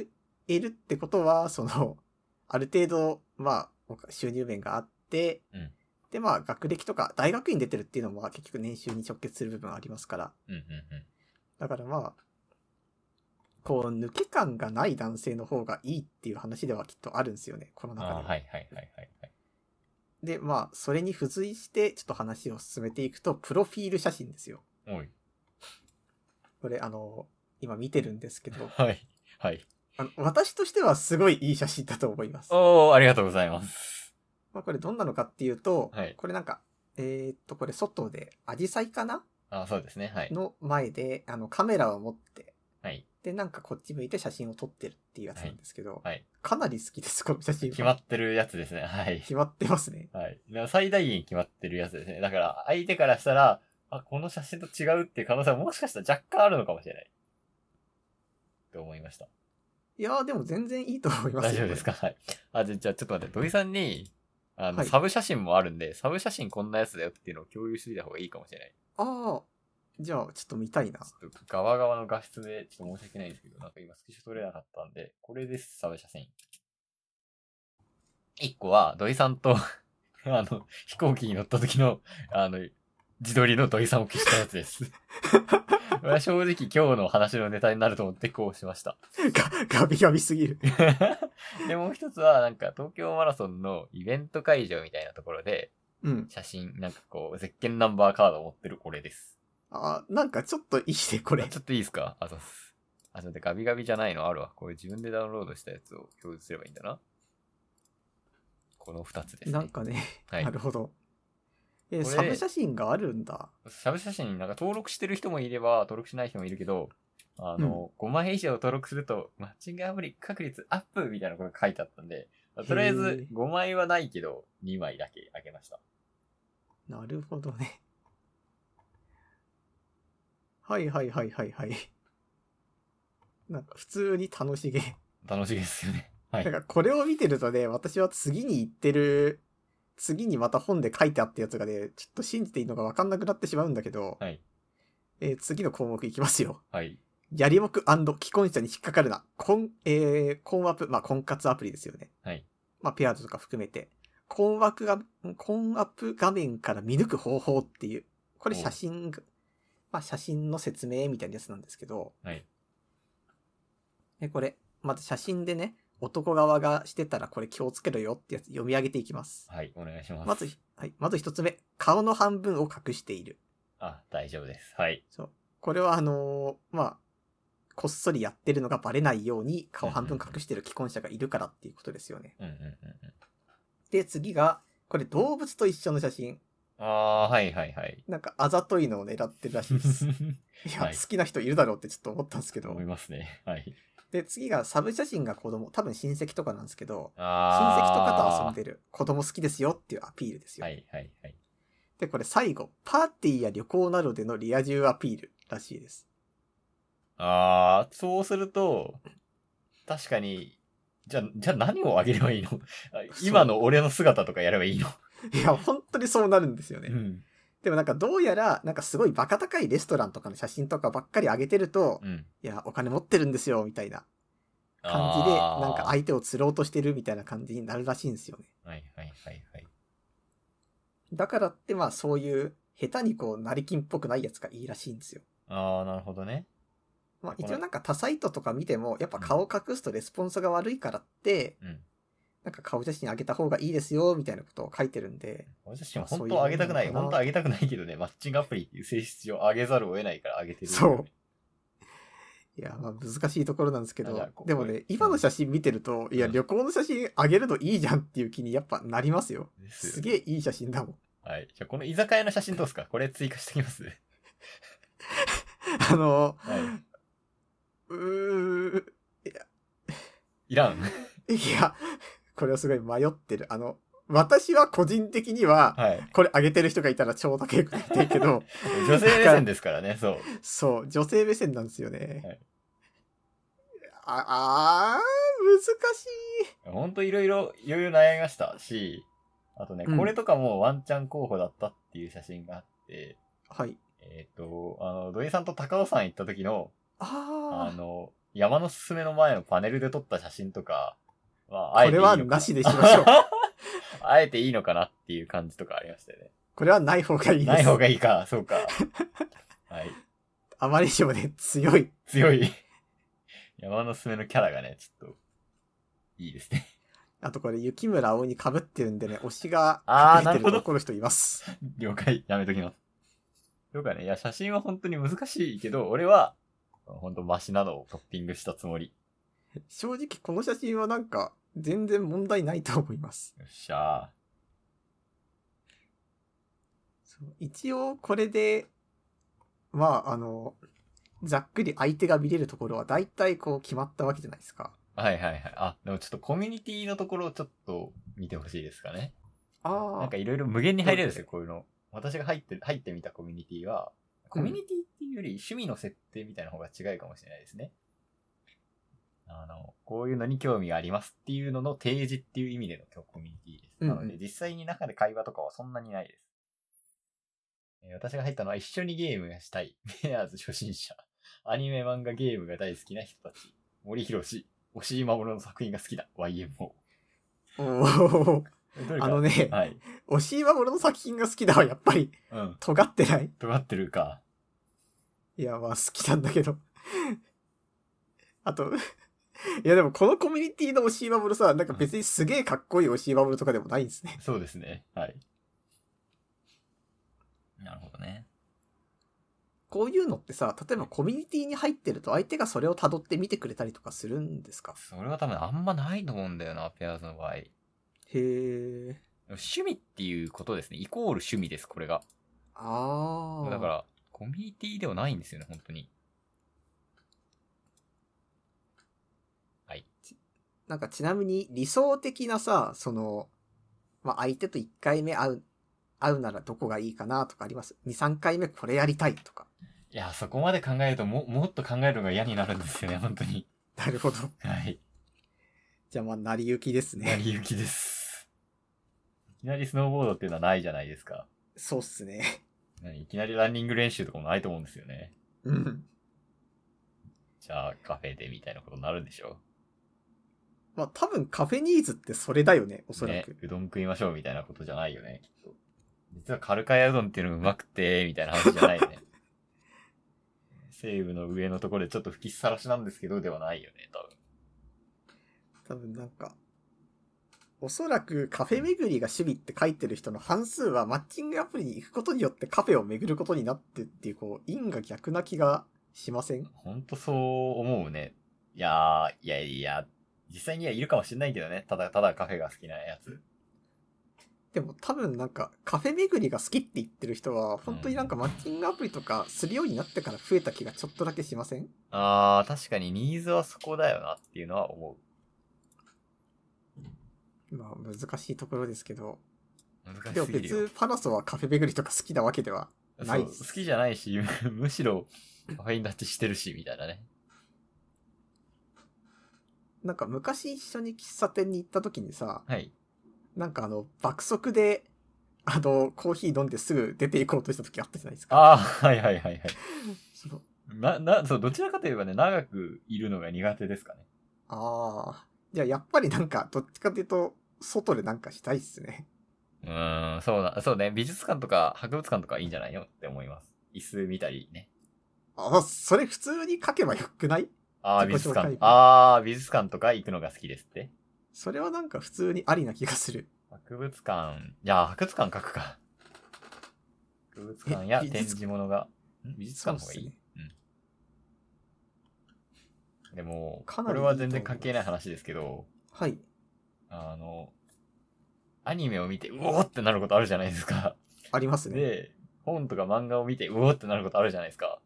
えるってことは、その、 <laughs> ある程度、まあ、収入面があって、うんでまあ、学歴とか、大学院出てるっていうのも、まあ、結局年収に直結する部分はありますから。うん、うん、うん。だからまあ、こう、抜け感がない男性の方がいいっていう話ではきっとあるんですよね、この中であは。ーはい、はい、はい、はい。はいで、まあ、それに付随して、ちょっと話を進めていくと、プロフィール写真ですよ。おい。これ、あの、今見てるんですけど、はい。はい。あの、私としてはすごいいい写真だと思います。おー、ありがとうございます。まあ、これどんなのかっていうと、はいこれなんか、えーっと、これ外で、アジサイかなあそうですね。はい。の前で、あの、カメラを持って、はい。で、なんかこっち向いて写真を撮ってるっていうやつなんですけど、はい。かなり好きです、この写真は。決まってるやつですね。 <laughs> はい。決まってますね。はい。だから最大限決まってるやつですね。だから、相手からしたら、あ、この写真と違うっていう可能性はもしかしたら若干あるのかもしれない。と思いました。いやー、でも全然いいと思います大丈夫ですかかはい。あ、じゃあ、じゃあちょっと待って、土井さんに、あの、はいサブ写真もあるんで、サブ写真こんなやつだよっていうのを共有してみた方がいいかもしれない。ああ、じゃあ、ちょっと見たいな。 <laughs> ちょっと、側側の画質で、ちょっと申し訳ないんですけど、なんか今スクショ取れなかったんで、これです、サブ写真。一個は、土井さんと、 <laughs> あの、飛行機に乗った時の、あの、自撮りの土井さんを消したやつです。これは正直今日の話のネタになると思ってこうしました。 <laughs> ガガビガビすぎる。で、もう一つは、なんか東京マラソンのイベント会場みたいなところで、うん。写真、なんかこう、絶ンナンバーカードを持ってる俺です。あーなんかちょっといいね、これあ。ちょっといいですかあ、そうっす。あ、ちょっと待ってガビガビじゃないのあるわ。これ自分でダウンロードしたやつを表示すればいいんだな。この二つですね。なんかね、はいなるほど。えーこれサブ写真があるんだ。サブ写真、なんか登録してる人もいれば、登録しない人もいるけど、あの、5枚以上登録すると、マッチングアプリ確率アップみたいなことが書いてあったんで、とりあえへずー5枚はないけど、2枚だけあげました。なるほどね。はいはいはいはいはい。なんか普通に楽しげ。楽しいですよね。 <laughs> はいなん。かこれを見てるとね、私は次に行ってる、次にまた本で書いてあったやつがね、ちょっと信じていいのか分かんなくなってしまうんだけど、はい。えー次の項目いきますよ。はい。やりもく既婚者に引っかかるな。婚、えー、婚アプ、まあ、婚活アプリですよね。はい。まあ、ペアーズとか含めて。婚枠が、婚アップ画面から見抜く方法っていう。これ写真が、まあ、写真の説明みたいなやつなんですけど。はい。で、これ、まず写真でね、男側がしてたらこれ気をつけろよってやつ読み上げていきます。はい。お願いします。まず、はい、まず一つ目。顔の半分を隠している。あ、大丈夫です。はい。そう。これはあのーまあ、こっそりやってるのがバレないように顔半分隠してる既婚者がいるからっていうことですよね。うんうんうんうん。で、次が、これ動物と一緒の写真。ああー、はいは <laughs> いはい。なんかあざといのを狙ってるらしいです。いや、はい好きな人いるだろうってちょっと思ったんですけど思い。ますね。 <laughs> はい。で、次がサブ写真が子供。多分親戚とかなんですけど、親戚とあかと遊んで。でる。子供好きですよっていうアピールですよ。はいはいはい。で、これ最後。パーティーや旅行などでのリア充アピールらしいです。ああ、そうすると、確かに、じゃあ、じゃあ何をあげればいいの <laughs> 今の俺の姿とかやればいいのいや、本当にそうなるんですよね。うん。でもなんかどうやら、なんかすごいバカ高いレストランとかの写真とかばっかり上げてると、うん。いや、お金持ってるんですよ、みたいな感じで、あーなんか相手を釣ろうとしてるみたいな感じになるらしいんですよね。はいはいはいはい。だからって、まあそういう、下手にこう、成金っぽくないやつがいいらしいんですよ。ああ、なるほどね。まあこれ一応なんか他サイトとか見ても、やっぱ顔隠すとレスポンスが悪いからって、うん。なんか顔写真上げた方がいいですよ、みたいなことを書いてるんで、俺自身はまあ本当はあげたくない。そういうもんなのかな本当はあげたくないけどね、マッチングアプリっていう性質上あげざるを得ないからあげてる。そういや、まあ難しいところなんですけいどやこ、でもこねれ、今の写真見てると、いや、うん旅行の写真上げるのいいじゃんっていう気にやっぱなりますよ。ですよすげえいい写真だもん。はい。じゃあこの居酒屋の写真どうですかこれ追加してきます。あの、はいうーん、いらん。いや、これはすごい迷ってる。あの、私は個人的には、はい。これ上げてる人がいたら超高いこと言ってるけ <laughs> ど、女性目線ですからね、そう。そう、女性目線なんですよね。はいあ、あー、難しい。ほんといろいろ、いろいろ悩みましたし、あとね、うんこれとかもワンチャン候補だったっていう写真があって、はい。えっ、と、あの、土井さんと高尾山行った時の、ああの、山のすすめの前のパネルで撮った写真とか、まあ、あ、あこえてれいいはのかなしでしましょう。 <laughs> あえていいのかなっていう感じとかありましたよね。これはない方がいいです。ない方がいいか、そうか。はい。あまりにもね、強い。強い。山のすすめのキャラがね、ちょっと、いいですね。あとこれ、雪村葵に被ってるんでね、推しが隠あーれてなるほるどこの人います。了解、 <laughs> やめときます。とかね、いや、写真は本当に難しいけど、俺は、本当マシなのをトッピングしたつもり。正直、この写真はなんか、全然問題ないと思います。よっしゃそう一応、これで、まあ、あの、ざっくり相手が見れるところは大体こう決まったわけじゃないですか。ー。はいはいはい。あ、でもちょっとコミュニティのところをちょっと見てほしいですかね。なあん <laughs> かいろいろ無限に入れるんですよ、こういうの。私が入って、入ってみたコミュニティは、コミュニティっていうより趣味の設定みたいな方が違うかもしれないですね。あの、こういうのに興味がありますっていうのの提示っていう意味でのコミュニティです。うんうんなので、実際に中で会話とかはそんなにないです。えー私が入ったのは一緒にゲームがしたい。 <laughs> ペアーズ初心者。アニメ、漫画、ゲームが大好きな人たち。森博氏。押井守の作品が好きだ。YMO。あ。おーどれかあのねはい。推しは俺の作品が好きだわ、やっぱり。うん。尖ってない尖ってるか。いや、まあ好きなんだけど。あと、いやでもこのコミュニティの推しバブルさ、なんか別にすげえかっこいい推しバブルとかでもないんですね。そうですね。はい。なるほどね。こういうのってさ、例えばコミュニティに入ってると相手がそれを辿って見てくれたりとかするんですかそれは多分あんまないと思うんだよな、ペアーズの場合。へえ。趣味っていうことですね。イコール趣味です、これが。ああ。だか。ら、コミュニティではないんですよね、本当に。はい。なんかちなみに理想的なさ、その、まあ相手と1回目会う、会うならどこがいいかなとかあります。2、3回目これやりたいとか。いや、そこまで考えるとも、もっと考えるのが嫌になるんですよね、本当に。なるほど。はい。 <laughs> じゃあまあ、成り行きです成ね。り行きです。いきなりスノーボードっていうのはないじゃないですか。そうっすね。何いきなりランニング練習とかもないと思うんですよね。うん。じゃあカフェでみたいなことになるんでしょまあ、多分カフェニーズってそれだよね、おそらねく。、うどん食いましょうみたいなことじゃないよね、きっと。実はカルカヤうどんっていうのがうまくて、みたいな話じゃない <laughs> よね。西部の上のところでちょっと吹きさらしなんですけど、ではないよね、多分。多分なんか、おそらくカフェ巡りが趣味って書いてる人の半数はマッチングアプリに行くことによってカフェを巡ることになってっていう、こう、因が逆な気がしませんほんとそう思うね。いやー、いやいや、実際にはいるかもしれないけどね。ただただカフェが好きなやつ。でも多分なんかカフェ巡りが好きって言ってる人は本当になんかマッチングアプリとかするようになってから増えた気がちょっとだけしませんあー、確かにニーズはそこだよなっていうのは思まあ難しいところですけど。う。で難しもすぎるよ別、パナソはカフェ巡りとか好きなわけでは。ないそう好きじゃないし、む <laughs> むしろカフェインだってしてるし、みたいなね。なんか昔一緒に喫茶店に行った時にさ、はい。なんかあの爆速で、あの、コーヒー飲んですぐ出て行こうとした時あったじゃないですか。あー、はいはいはいはい。そのな、な、そう、どちらかといえばね、長くいるのが苦手ですかね。あーじゃあやっぱりなんかどっちかというと、外でなんかしたいっすね。うーん、そうだ、そうね、美術館とか博物館とかいいんじゃないよって思います。椅子見たりね。あ、それ普通に書けばよくないああ、美自術己紹介館。ああ、美術館とか行くのが好きですって。それはなんか普通にありな気がする。博物館、いやー、博物館書くか。博物館やえ美展術示物が、ん美術館の方がいそういっ。でも、かこなりれいいは全然と思います関係ない話ですけど、はい。あの、アニメを見て、うおーってなることあるじゃないですか。ありますね。で、本とか漫画を見て、うおーってなることあるじゃないですか。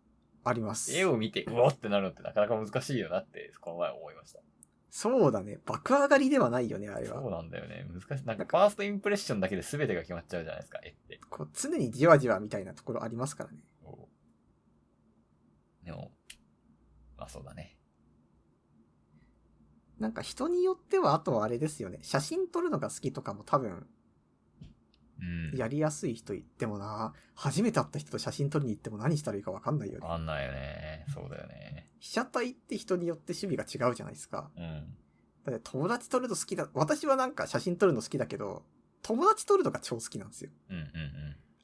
あります。絵を見て、うおーってなるのってなかなか難しいよなって、この前思いました。そうだね。爆上がりではないよね、あれそは。うなんだよね。難しい。なんか、ファーストインプレッションだけで全てが決まっちゃうじゃないですか、絵って。こう常にじわじわみたいなところありますからね。そうでも、まあそうだね。なんか人によっては、あとはあれですよね。写真撮るのが好きとかも多分、うん。やりやすい人いってもな、初めて会った人と写真撮りに行っても何したらいいかわかんないよね。わかんないよね。そうだよね。被写体って人によって趣味が違うじゃないですか。うん。だって友達撮るの好きだ、私はなんか写真撮るの好きだけど、友達撮るのが超好きなんですよ。うんうんうん。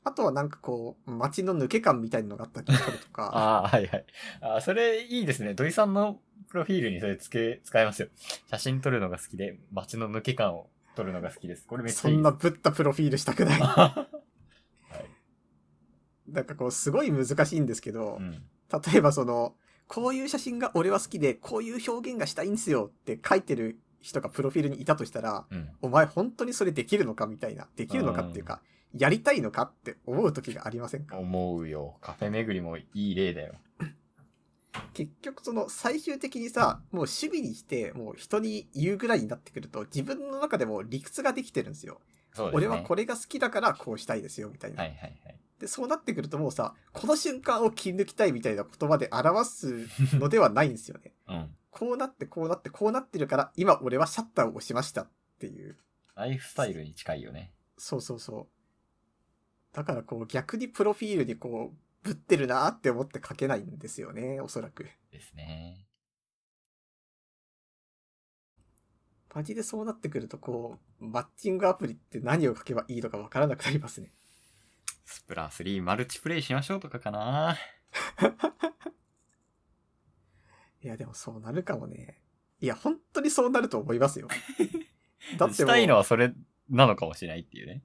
あとはなんかこう、街の抜け感みたいなのがあったりとか。ああ、はいはい。あーそれいいですね。土井さんのプロフィールにそれつけ、使えますよ。写真撮るのが好きで、街の抜け感を撮るのが好きです。これめっちそゃいい。んなぶったプロフィールしたくない。はい。なんかこう、すごい難しいんですけど、 <laughs> うん。例えばその、こういう写真が俺は好きで、こういう表現がしたいんですよって書いてる人がプロフィールにいたとしたら、うん。お前本当にそれできるのかみたいな、できるのかっていうか、やりたいのかって思う時がありませんか思うよ。カフェ巡りもいい例だよ。結局その最終的にさ、もう趣味にして、もう人に言うぐらいになってくると、自分の中でも理屈ができてるんですよ。そうですね。俺はこれが好きだからこうしたいですよ、みたいな。はいはいはい。で、そうなってくるともうさ、この瞬間を切り抜きたいみたいな言葉で表すのではないんですよね。うん。こうなって、こうなって、こうなってるから、今俺はシャッターを押しましたっていう。ライフスタイルに近いよね。そうそうそう。だからこう逆にプロフィールにこう、ぶってるなーって思って書けないんですよね、おそらく。ですね。マジでそうなってくるとこう、マッチングアプリって何を書けばいいのかわからなくなりますね。スプラ3マルチプレイしましょうとかかな。いや、でもそうなるかもね。いや、本当にそうなると思い <laughs> ますよ。だってしもうたいのはそれなのかもしれないっていうね。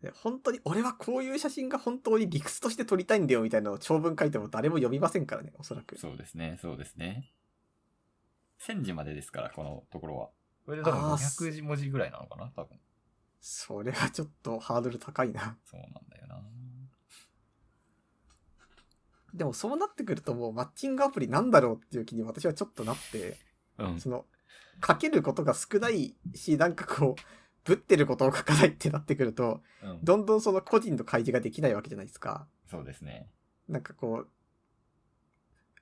で本当に、俺はこういう写真が本当に理屈として撮りたいんだよみたいなのを長文書いても誰も読みませんからね、おそらく。そうですね、そうですね。1000字までですから、このところは。これで多分あーす500字文字ぐらいなのかな多分。それはちょっとハードル高いな。そうなんだよな。でもそうなってくるともうマッチングアプリなんだろうっていう気に私はちょっとなって、うん。その、書けることが少ないし、なんかこう、ぶってることを書かないってなってくると、うん、どんどんその個人の開示ができないわけじゃないですか。そうですね。なんかこう、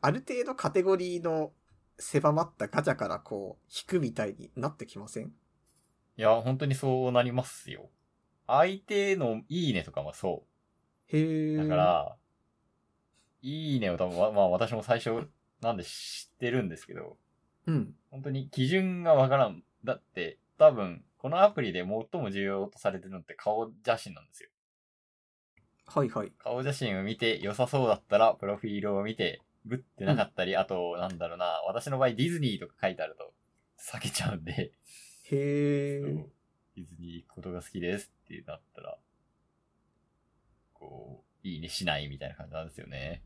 ある程度カテゴリーの狭まったガチャからこう、引くみたいになってきませんいや、本当にそうなりますよ。相手のいいねとかもそへう。え。だか、ら、いいねを多分、ままあ私も最初なんで知ってるんですけど、うん。本当に基準がわからん。だって、多分、このアプリで最も重要とされてるのって顔写真なんですよ。はいはい。顔写真を見て良さそうだったら、プロフィールを見て、グってなかったり、あと、なんだろうな、私の場合ディズニーとか書いてあると、避けちゃうんで、へそうえ。ディズニー行くことが好きですってなったら、こう、いいねしないみたいな感じなんですよね。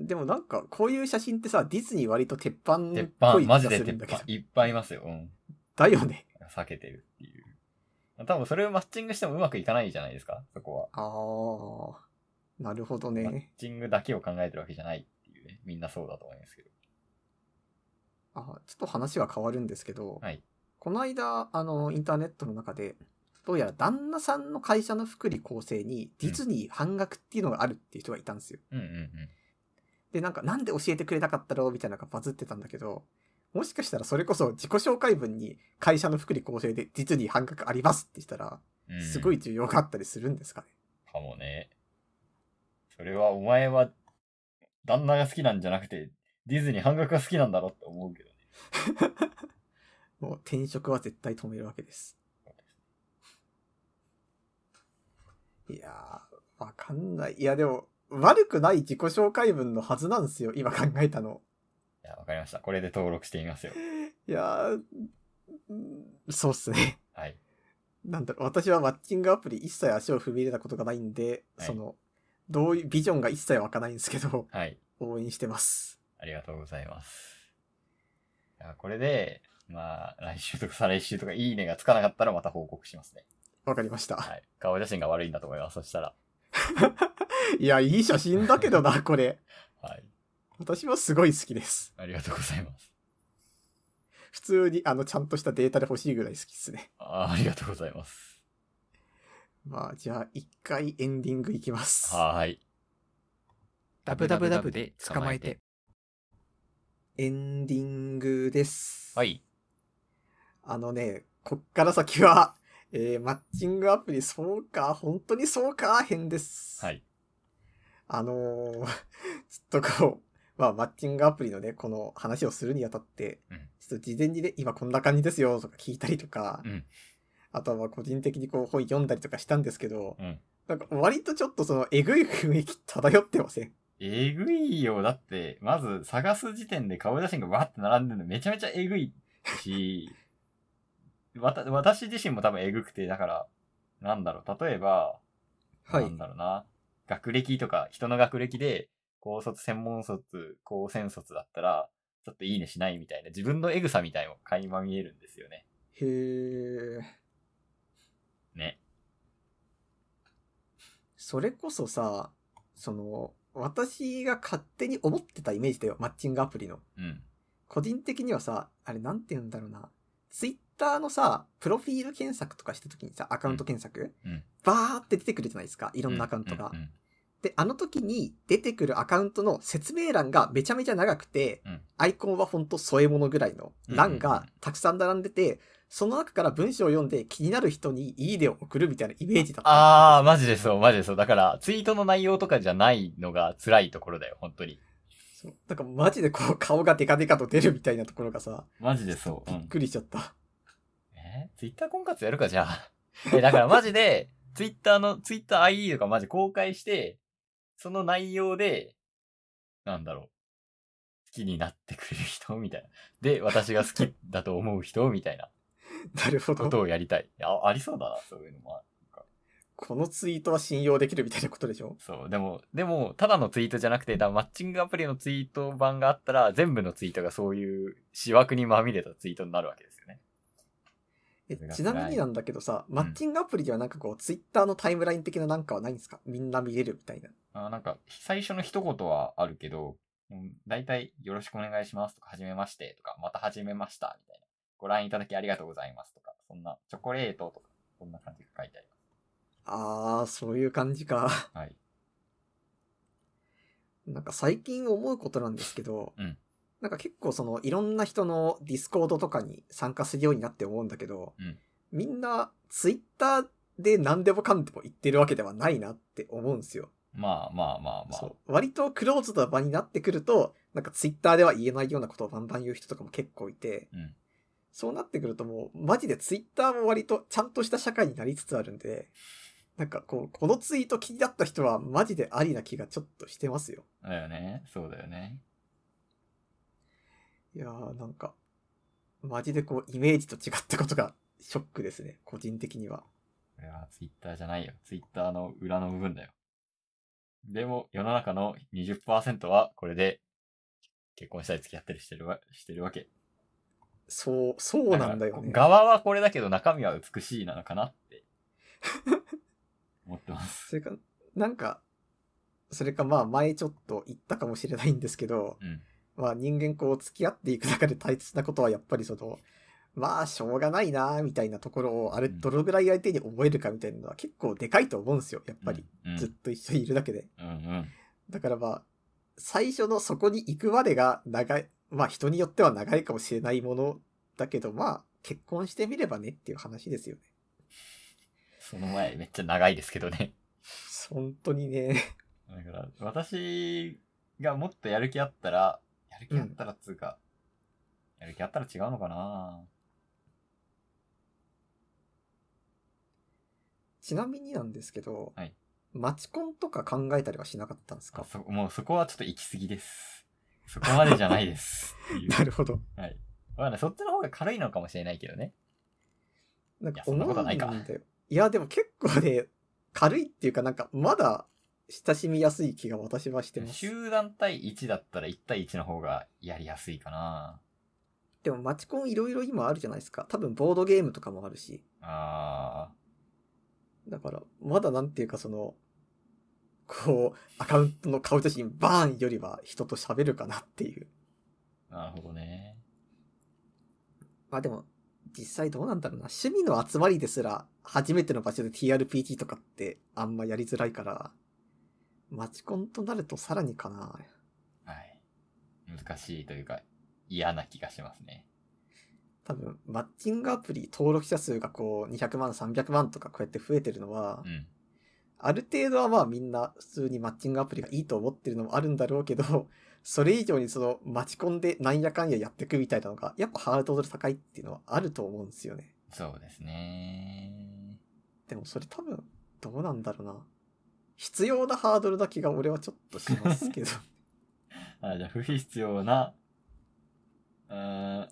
でもなんか、こういう写真ってさ、ディズニー割と鉄板っ鉄板、ぽい気マがジでする鉄んだけ板ど。、いっぱいいますよ。うん。だよね。避けてるっていう。まあ多分それをマッチングしてもうまくいかないじゃないですか、そこは。ああ。なるほどマッね。チングだけを考えてるわけじゃないっていうね。みんなそうだと思いますけど。あ、ちょっと話は変わるんですけど、はいこの間、あの、インターネットの中で、どうやら旦那さんの会社の福利厚生にディズニー半額っていうのがあるっていう人がいたんですよ。うんうんうん。で、なんか、なんで教えてくれなかったろうみたいなのがバズってたんだけど、もしかしたらそれこそ自己紹介文に会社の福利厚生でディズニー半額ありますってしたら、うんすごい需要があったりするんですかね。かもね。それはお前は、旦那が好きなんじゃなくて、ディズニー半額が好きなんだろって思うけどね。もう転職は絶対止めるわけです。いやー、わかんない。いや、でも、悪くない自己紹介文のはずなんですよ、今考えたの。いや、わかりました。これで登録してみますよ。いやー、うんそうっすね。 <laughs> はい。なんだろう、私はマッチングアプリ一切足を踏み入れたことがないんで、はいその、どういう、ビジョンが一切湧かないんですけど、 <laughs> はい。応援してます。ありがとうございます。いやこれで、まあ、来週とか再来週とか、いいねがつかなかったらまた報告しますね。わかりました。 <laughs> はい。顔写真が悪いんだと思います。そしたら。いや、いい写真だけどな、これ。はい。私はすごい好きです。ありがとうございます。普通に、あの、ちゃんとしたデータで欲しいぐらい好きですね。あーありがとうございます。まあ、じゃあ、一回エンディングいきます。はーい。ダブダブダブで捕まえて。エンディングです。は。い。あのね、こっから先は、えー、マッチングアプリ、そうか、本当にそうか、編です。はい。あのー <laughs> ちょっとこう、まあ、マッチングアプリのね、この話をするにあたって、うんちょっと事前にね、今こんな感じですよとか聞いたりとか、うんあとはまあ個人的にこう本読んだりとかしたんですけど、うんなんか割とちょっとそのえぐい雰囲気漂ってません。えぐいよ。だって、まず探す時点で顔写真がわーって並んでるのめちゃめちゃえぐいし、 <laughs> わた、私自身も多分えぐくて、だから、なんだろう、例えば、はいなんだろうな、学歴とか、人の学歴で、高卒、専門卒、高専卒だったら、ちょっといいねしないみたいな、自分のエグさみたいのが垣間見えるんですよね。へー。ね。それこそさ、その、私が勝手に思ってたイメージだよ、マッチングアプリの。うん。個人的にはさ、あれなんて言うんだろうな。ツイッターのさ、プロフィール検索とかした時にさ、アカウント検索、うんバーって出てくるじゃないですか。いろんなアカウントが。うんうんで、あの時に出てくるアカウントの説明欄がめちゃめちゃ長くて、うんアイコンはほんと添え物ぐらいの欄がたくさん並んでて、その中から文章を読んで気になる人にいいねを送るみたいなイメージだった。あー、マジでそう、マジでそう。だから、ツイートの内容とかじゃないのが辛いところだよ、本当に。そうなんかマジでこう顔がデカデカと出るみたいなところがさ、マジでそう。びうっん。くりしちゃった。えツイッター婚活やるか、じゃあ。 <laughs> え、だからマジで、ツイッターの、ツイッター ID とかマジ公開して、その内容で、なんだろう。好きになってくれる人みたいな。で、私が好きだと思う人 <laughs> みたいななるほことど。をやりたい。いやあ、ありそうだな、そういうのもある。このツイートは信用できるみたいなことでしょそう。でも、でも、ただのツイートじゃなくて、多分マッチングアプリのツイート版があったら、全部のツイートがそういう、しわくにまみれたツイートになるわけですよね。えそれがちなみになんだけどさ、マッチングアプリではなんかこう、ツイッターのタイムライン的ななんかはないんですかみんな見れるみたいな。あなんか、最初の一言はあるけど、うん大体、よろしくお願いしますとか、はじめましてとか、またはじめましたみたいな。ご覧いただきありがとうございますとか、そんな、チョコレートとか、そんな感じが書いてありまあー、そういう感じか。 <laughs> す。はい。なんか最近思うことなんですけど、うんなんか結構そのいろんな人のディスコードとかに参加するようになって思うんだけど、うんみんなツイッターで何でもかんでも言ってるわけではないなって思うんですよ。まあまあまあまあ。そう割とクローズドな場になってくると、なんかツイッターでは言えないようなことをバンバン言う人とかも結構いて、うんそうなってくるともう、マジでツイッターも割とちゃんとした社会になりつつあるんで、なんかこう、このツイート気になった人はマジでありな気がちょっとしてますよ。だよね。そうだよね。いやーなんか、マジでこう、イメージと違ったことがショックですね、個人的には。これはツイッターじゃないよ。ツイッターの裏の部分だよ。でも、世の中の20%はこれで結婚したり付き合ったりしてるわしてるわけ。そう、そうなんだよね。側はこれだけど中身は美しいなのかな <laughs> って。思ってます。それか、なんか、それかまあ前ちょっと言ったかもしれないんですけど、うん。まあ人間こう付き合っていく中で大切なことはやっぱりその、まあしょうがないなーみたいなところをあれうんどのぐらい相手に覚えるかみたいなのは結構でかいと思うんですよ、やっぱり。うん。ずっと一緒にいるだけで。うんうん。だからまあ、最初のそこに行くまでが長い、まあ人によっては長いかもしれないものだけど、まあ結婚してみればねっていう話ですよね。その前めっちゃ長いですけどね。 <laughs> 本当にね。 <laughs> だから、私がもっとやる気あったら、やる気あったらっつうか、やる気あったら違うのかなちなみになんですけど、はいマチコンとか考えたりはしなかったんですあかそ、もうそこはちょっと行き過ぎです。そこまでじゃないです。っていう <laughs> なるほど。はい。わかんない。そっちの方が軽いのかもしれないけどね。なんいかやそん思なうこんだとよ。ないいかや、でも結構ね、 <laughs> 軽いっていうかなんかまだ親しみやすい気が私はしてます。集団対1だったら1対1の方がやりやすいかな。でもマチコンいろいろ今あるじゃないですか。多分ボードゲームとかもあるし。あだから、まだなんていうかその、こう、アカウントの顔写真バーンよりは人と喋るかなっていう。ー、なるほどね。まあでも、実際どうなんだろうな。趣味の集まりですら、初めての場所で TRPG とかってあんまやりづらいから、マチコンとなるとさらにかな。はい。難しいというか、嫌な気がしますね。多分、マッチングアプリ登録者数がこう200万、300万とかこうやって増えてるのはう、ん。ある程度はまあみんな普通にマッチングアプリがいいと思ってるのもあるんだろうけど、 <laughs> それ以上にそのマチコンでなんやかんややってくみたいなのが、やっぱハードル高いっていうのはあると思うんですよね。そうですね。でもそれ多分、どうなんだろうな。必要なハードルだけが俺はちょっとします <laughs> けど。あじゃあ、不必要な、うーん、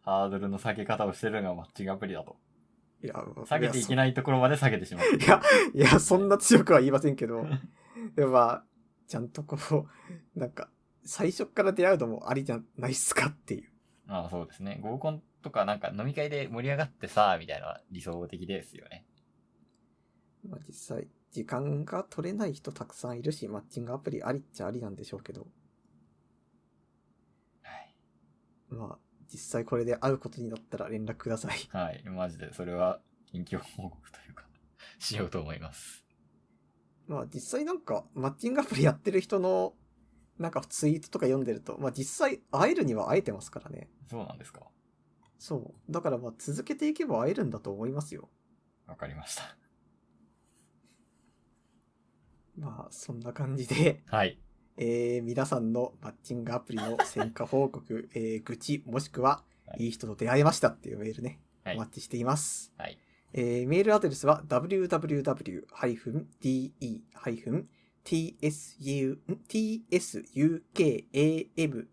ハードルの下げ方をしてるのがマッチングアプリだと。いや、下げていけいないところまで下げてしまう。いやや。そいや、そんな強くは言いませんけど。でもまあ、ちゃんとこう、なんか、最初から出会うのもありじゃないっすかっていう。ああそうですね。合コンとかなんか飲み会で盛り上がってさ、みたいなのは理想的ですよね。まあ、実際、時間が取れない人たくさんいるし、マッチングアプリありっちゃありなんでしょうけど、はい。まあ、実際これで会うことになったら連絡ください。 <laughs> はい。マジで、それは、近況報告というか、しようと思います。まあ、実際なんか、マッチングアプリやってる人の、なんかツイートとか読んでると、まあ実際会えるには会えてますからね。そうなんですかそう。だからまあ続けていけば会えるんだと思いますよ。わかりました。まあ、そんな感じで、はい。えー、皆さんのマッチングアプリの戦果報告、えー、愚痴、もしくは、はいいい人と出会えましたっていうメールね、はいお待ちしています。はいえーメールアドレスは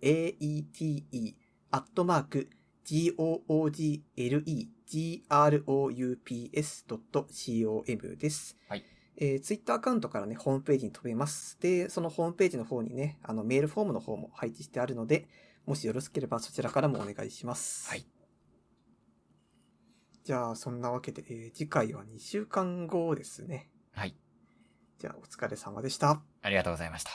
www-de-tsukamate アットマーク googlegroups.com です。はいえツイッター Twitter アカウントからね、ホームページに飛べます。で、そのホームページの方にね、あの、メールフォームの方も配置してあるので、もしよろしければそちらからもお願いします。はい。じゃあ、そんなわけで、えー次回は2週間後ですね。はい。じゃあ、お疲れ様でした。ありがとうございました。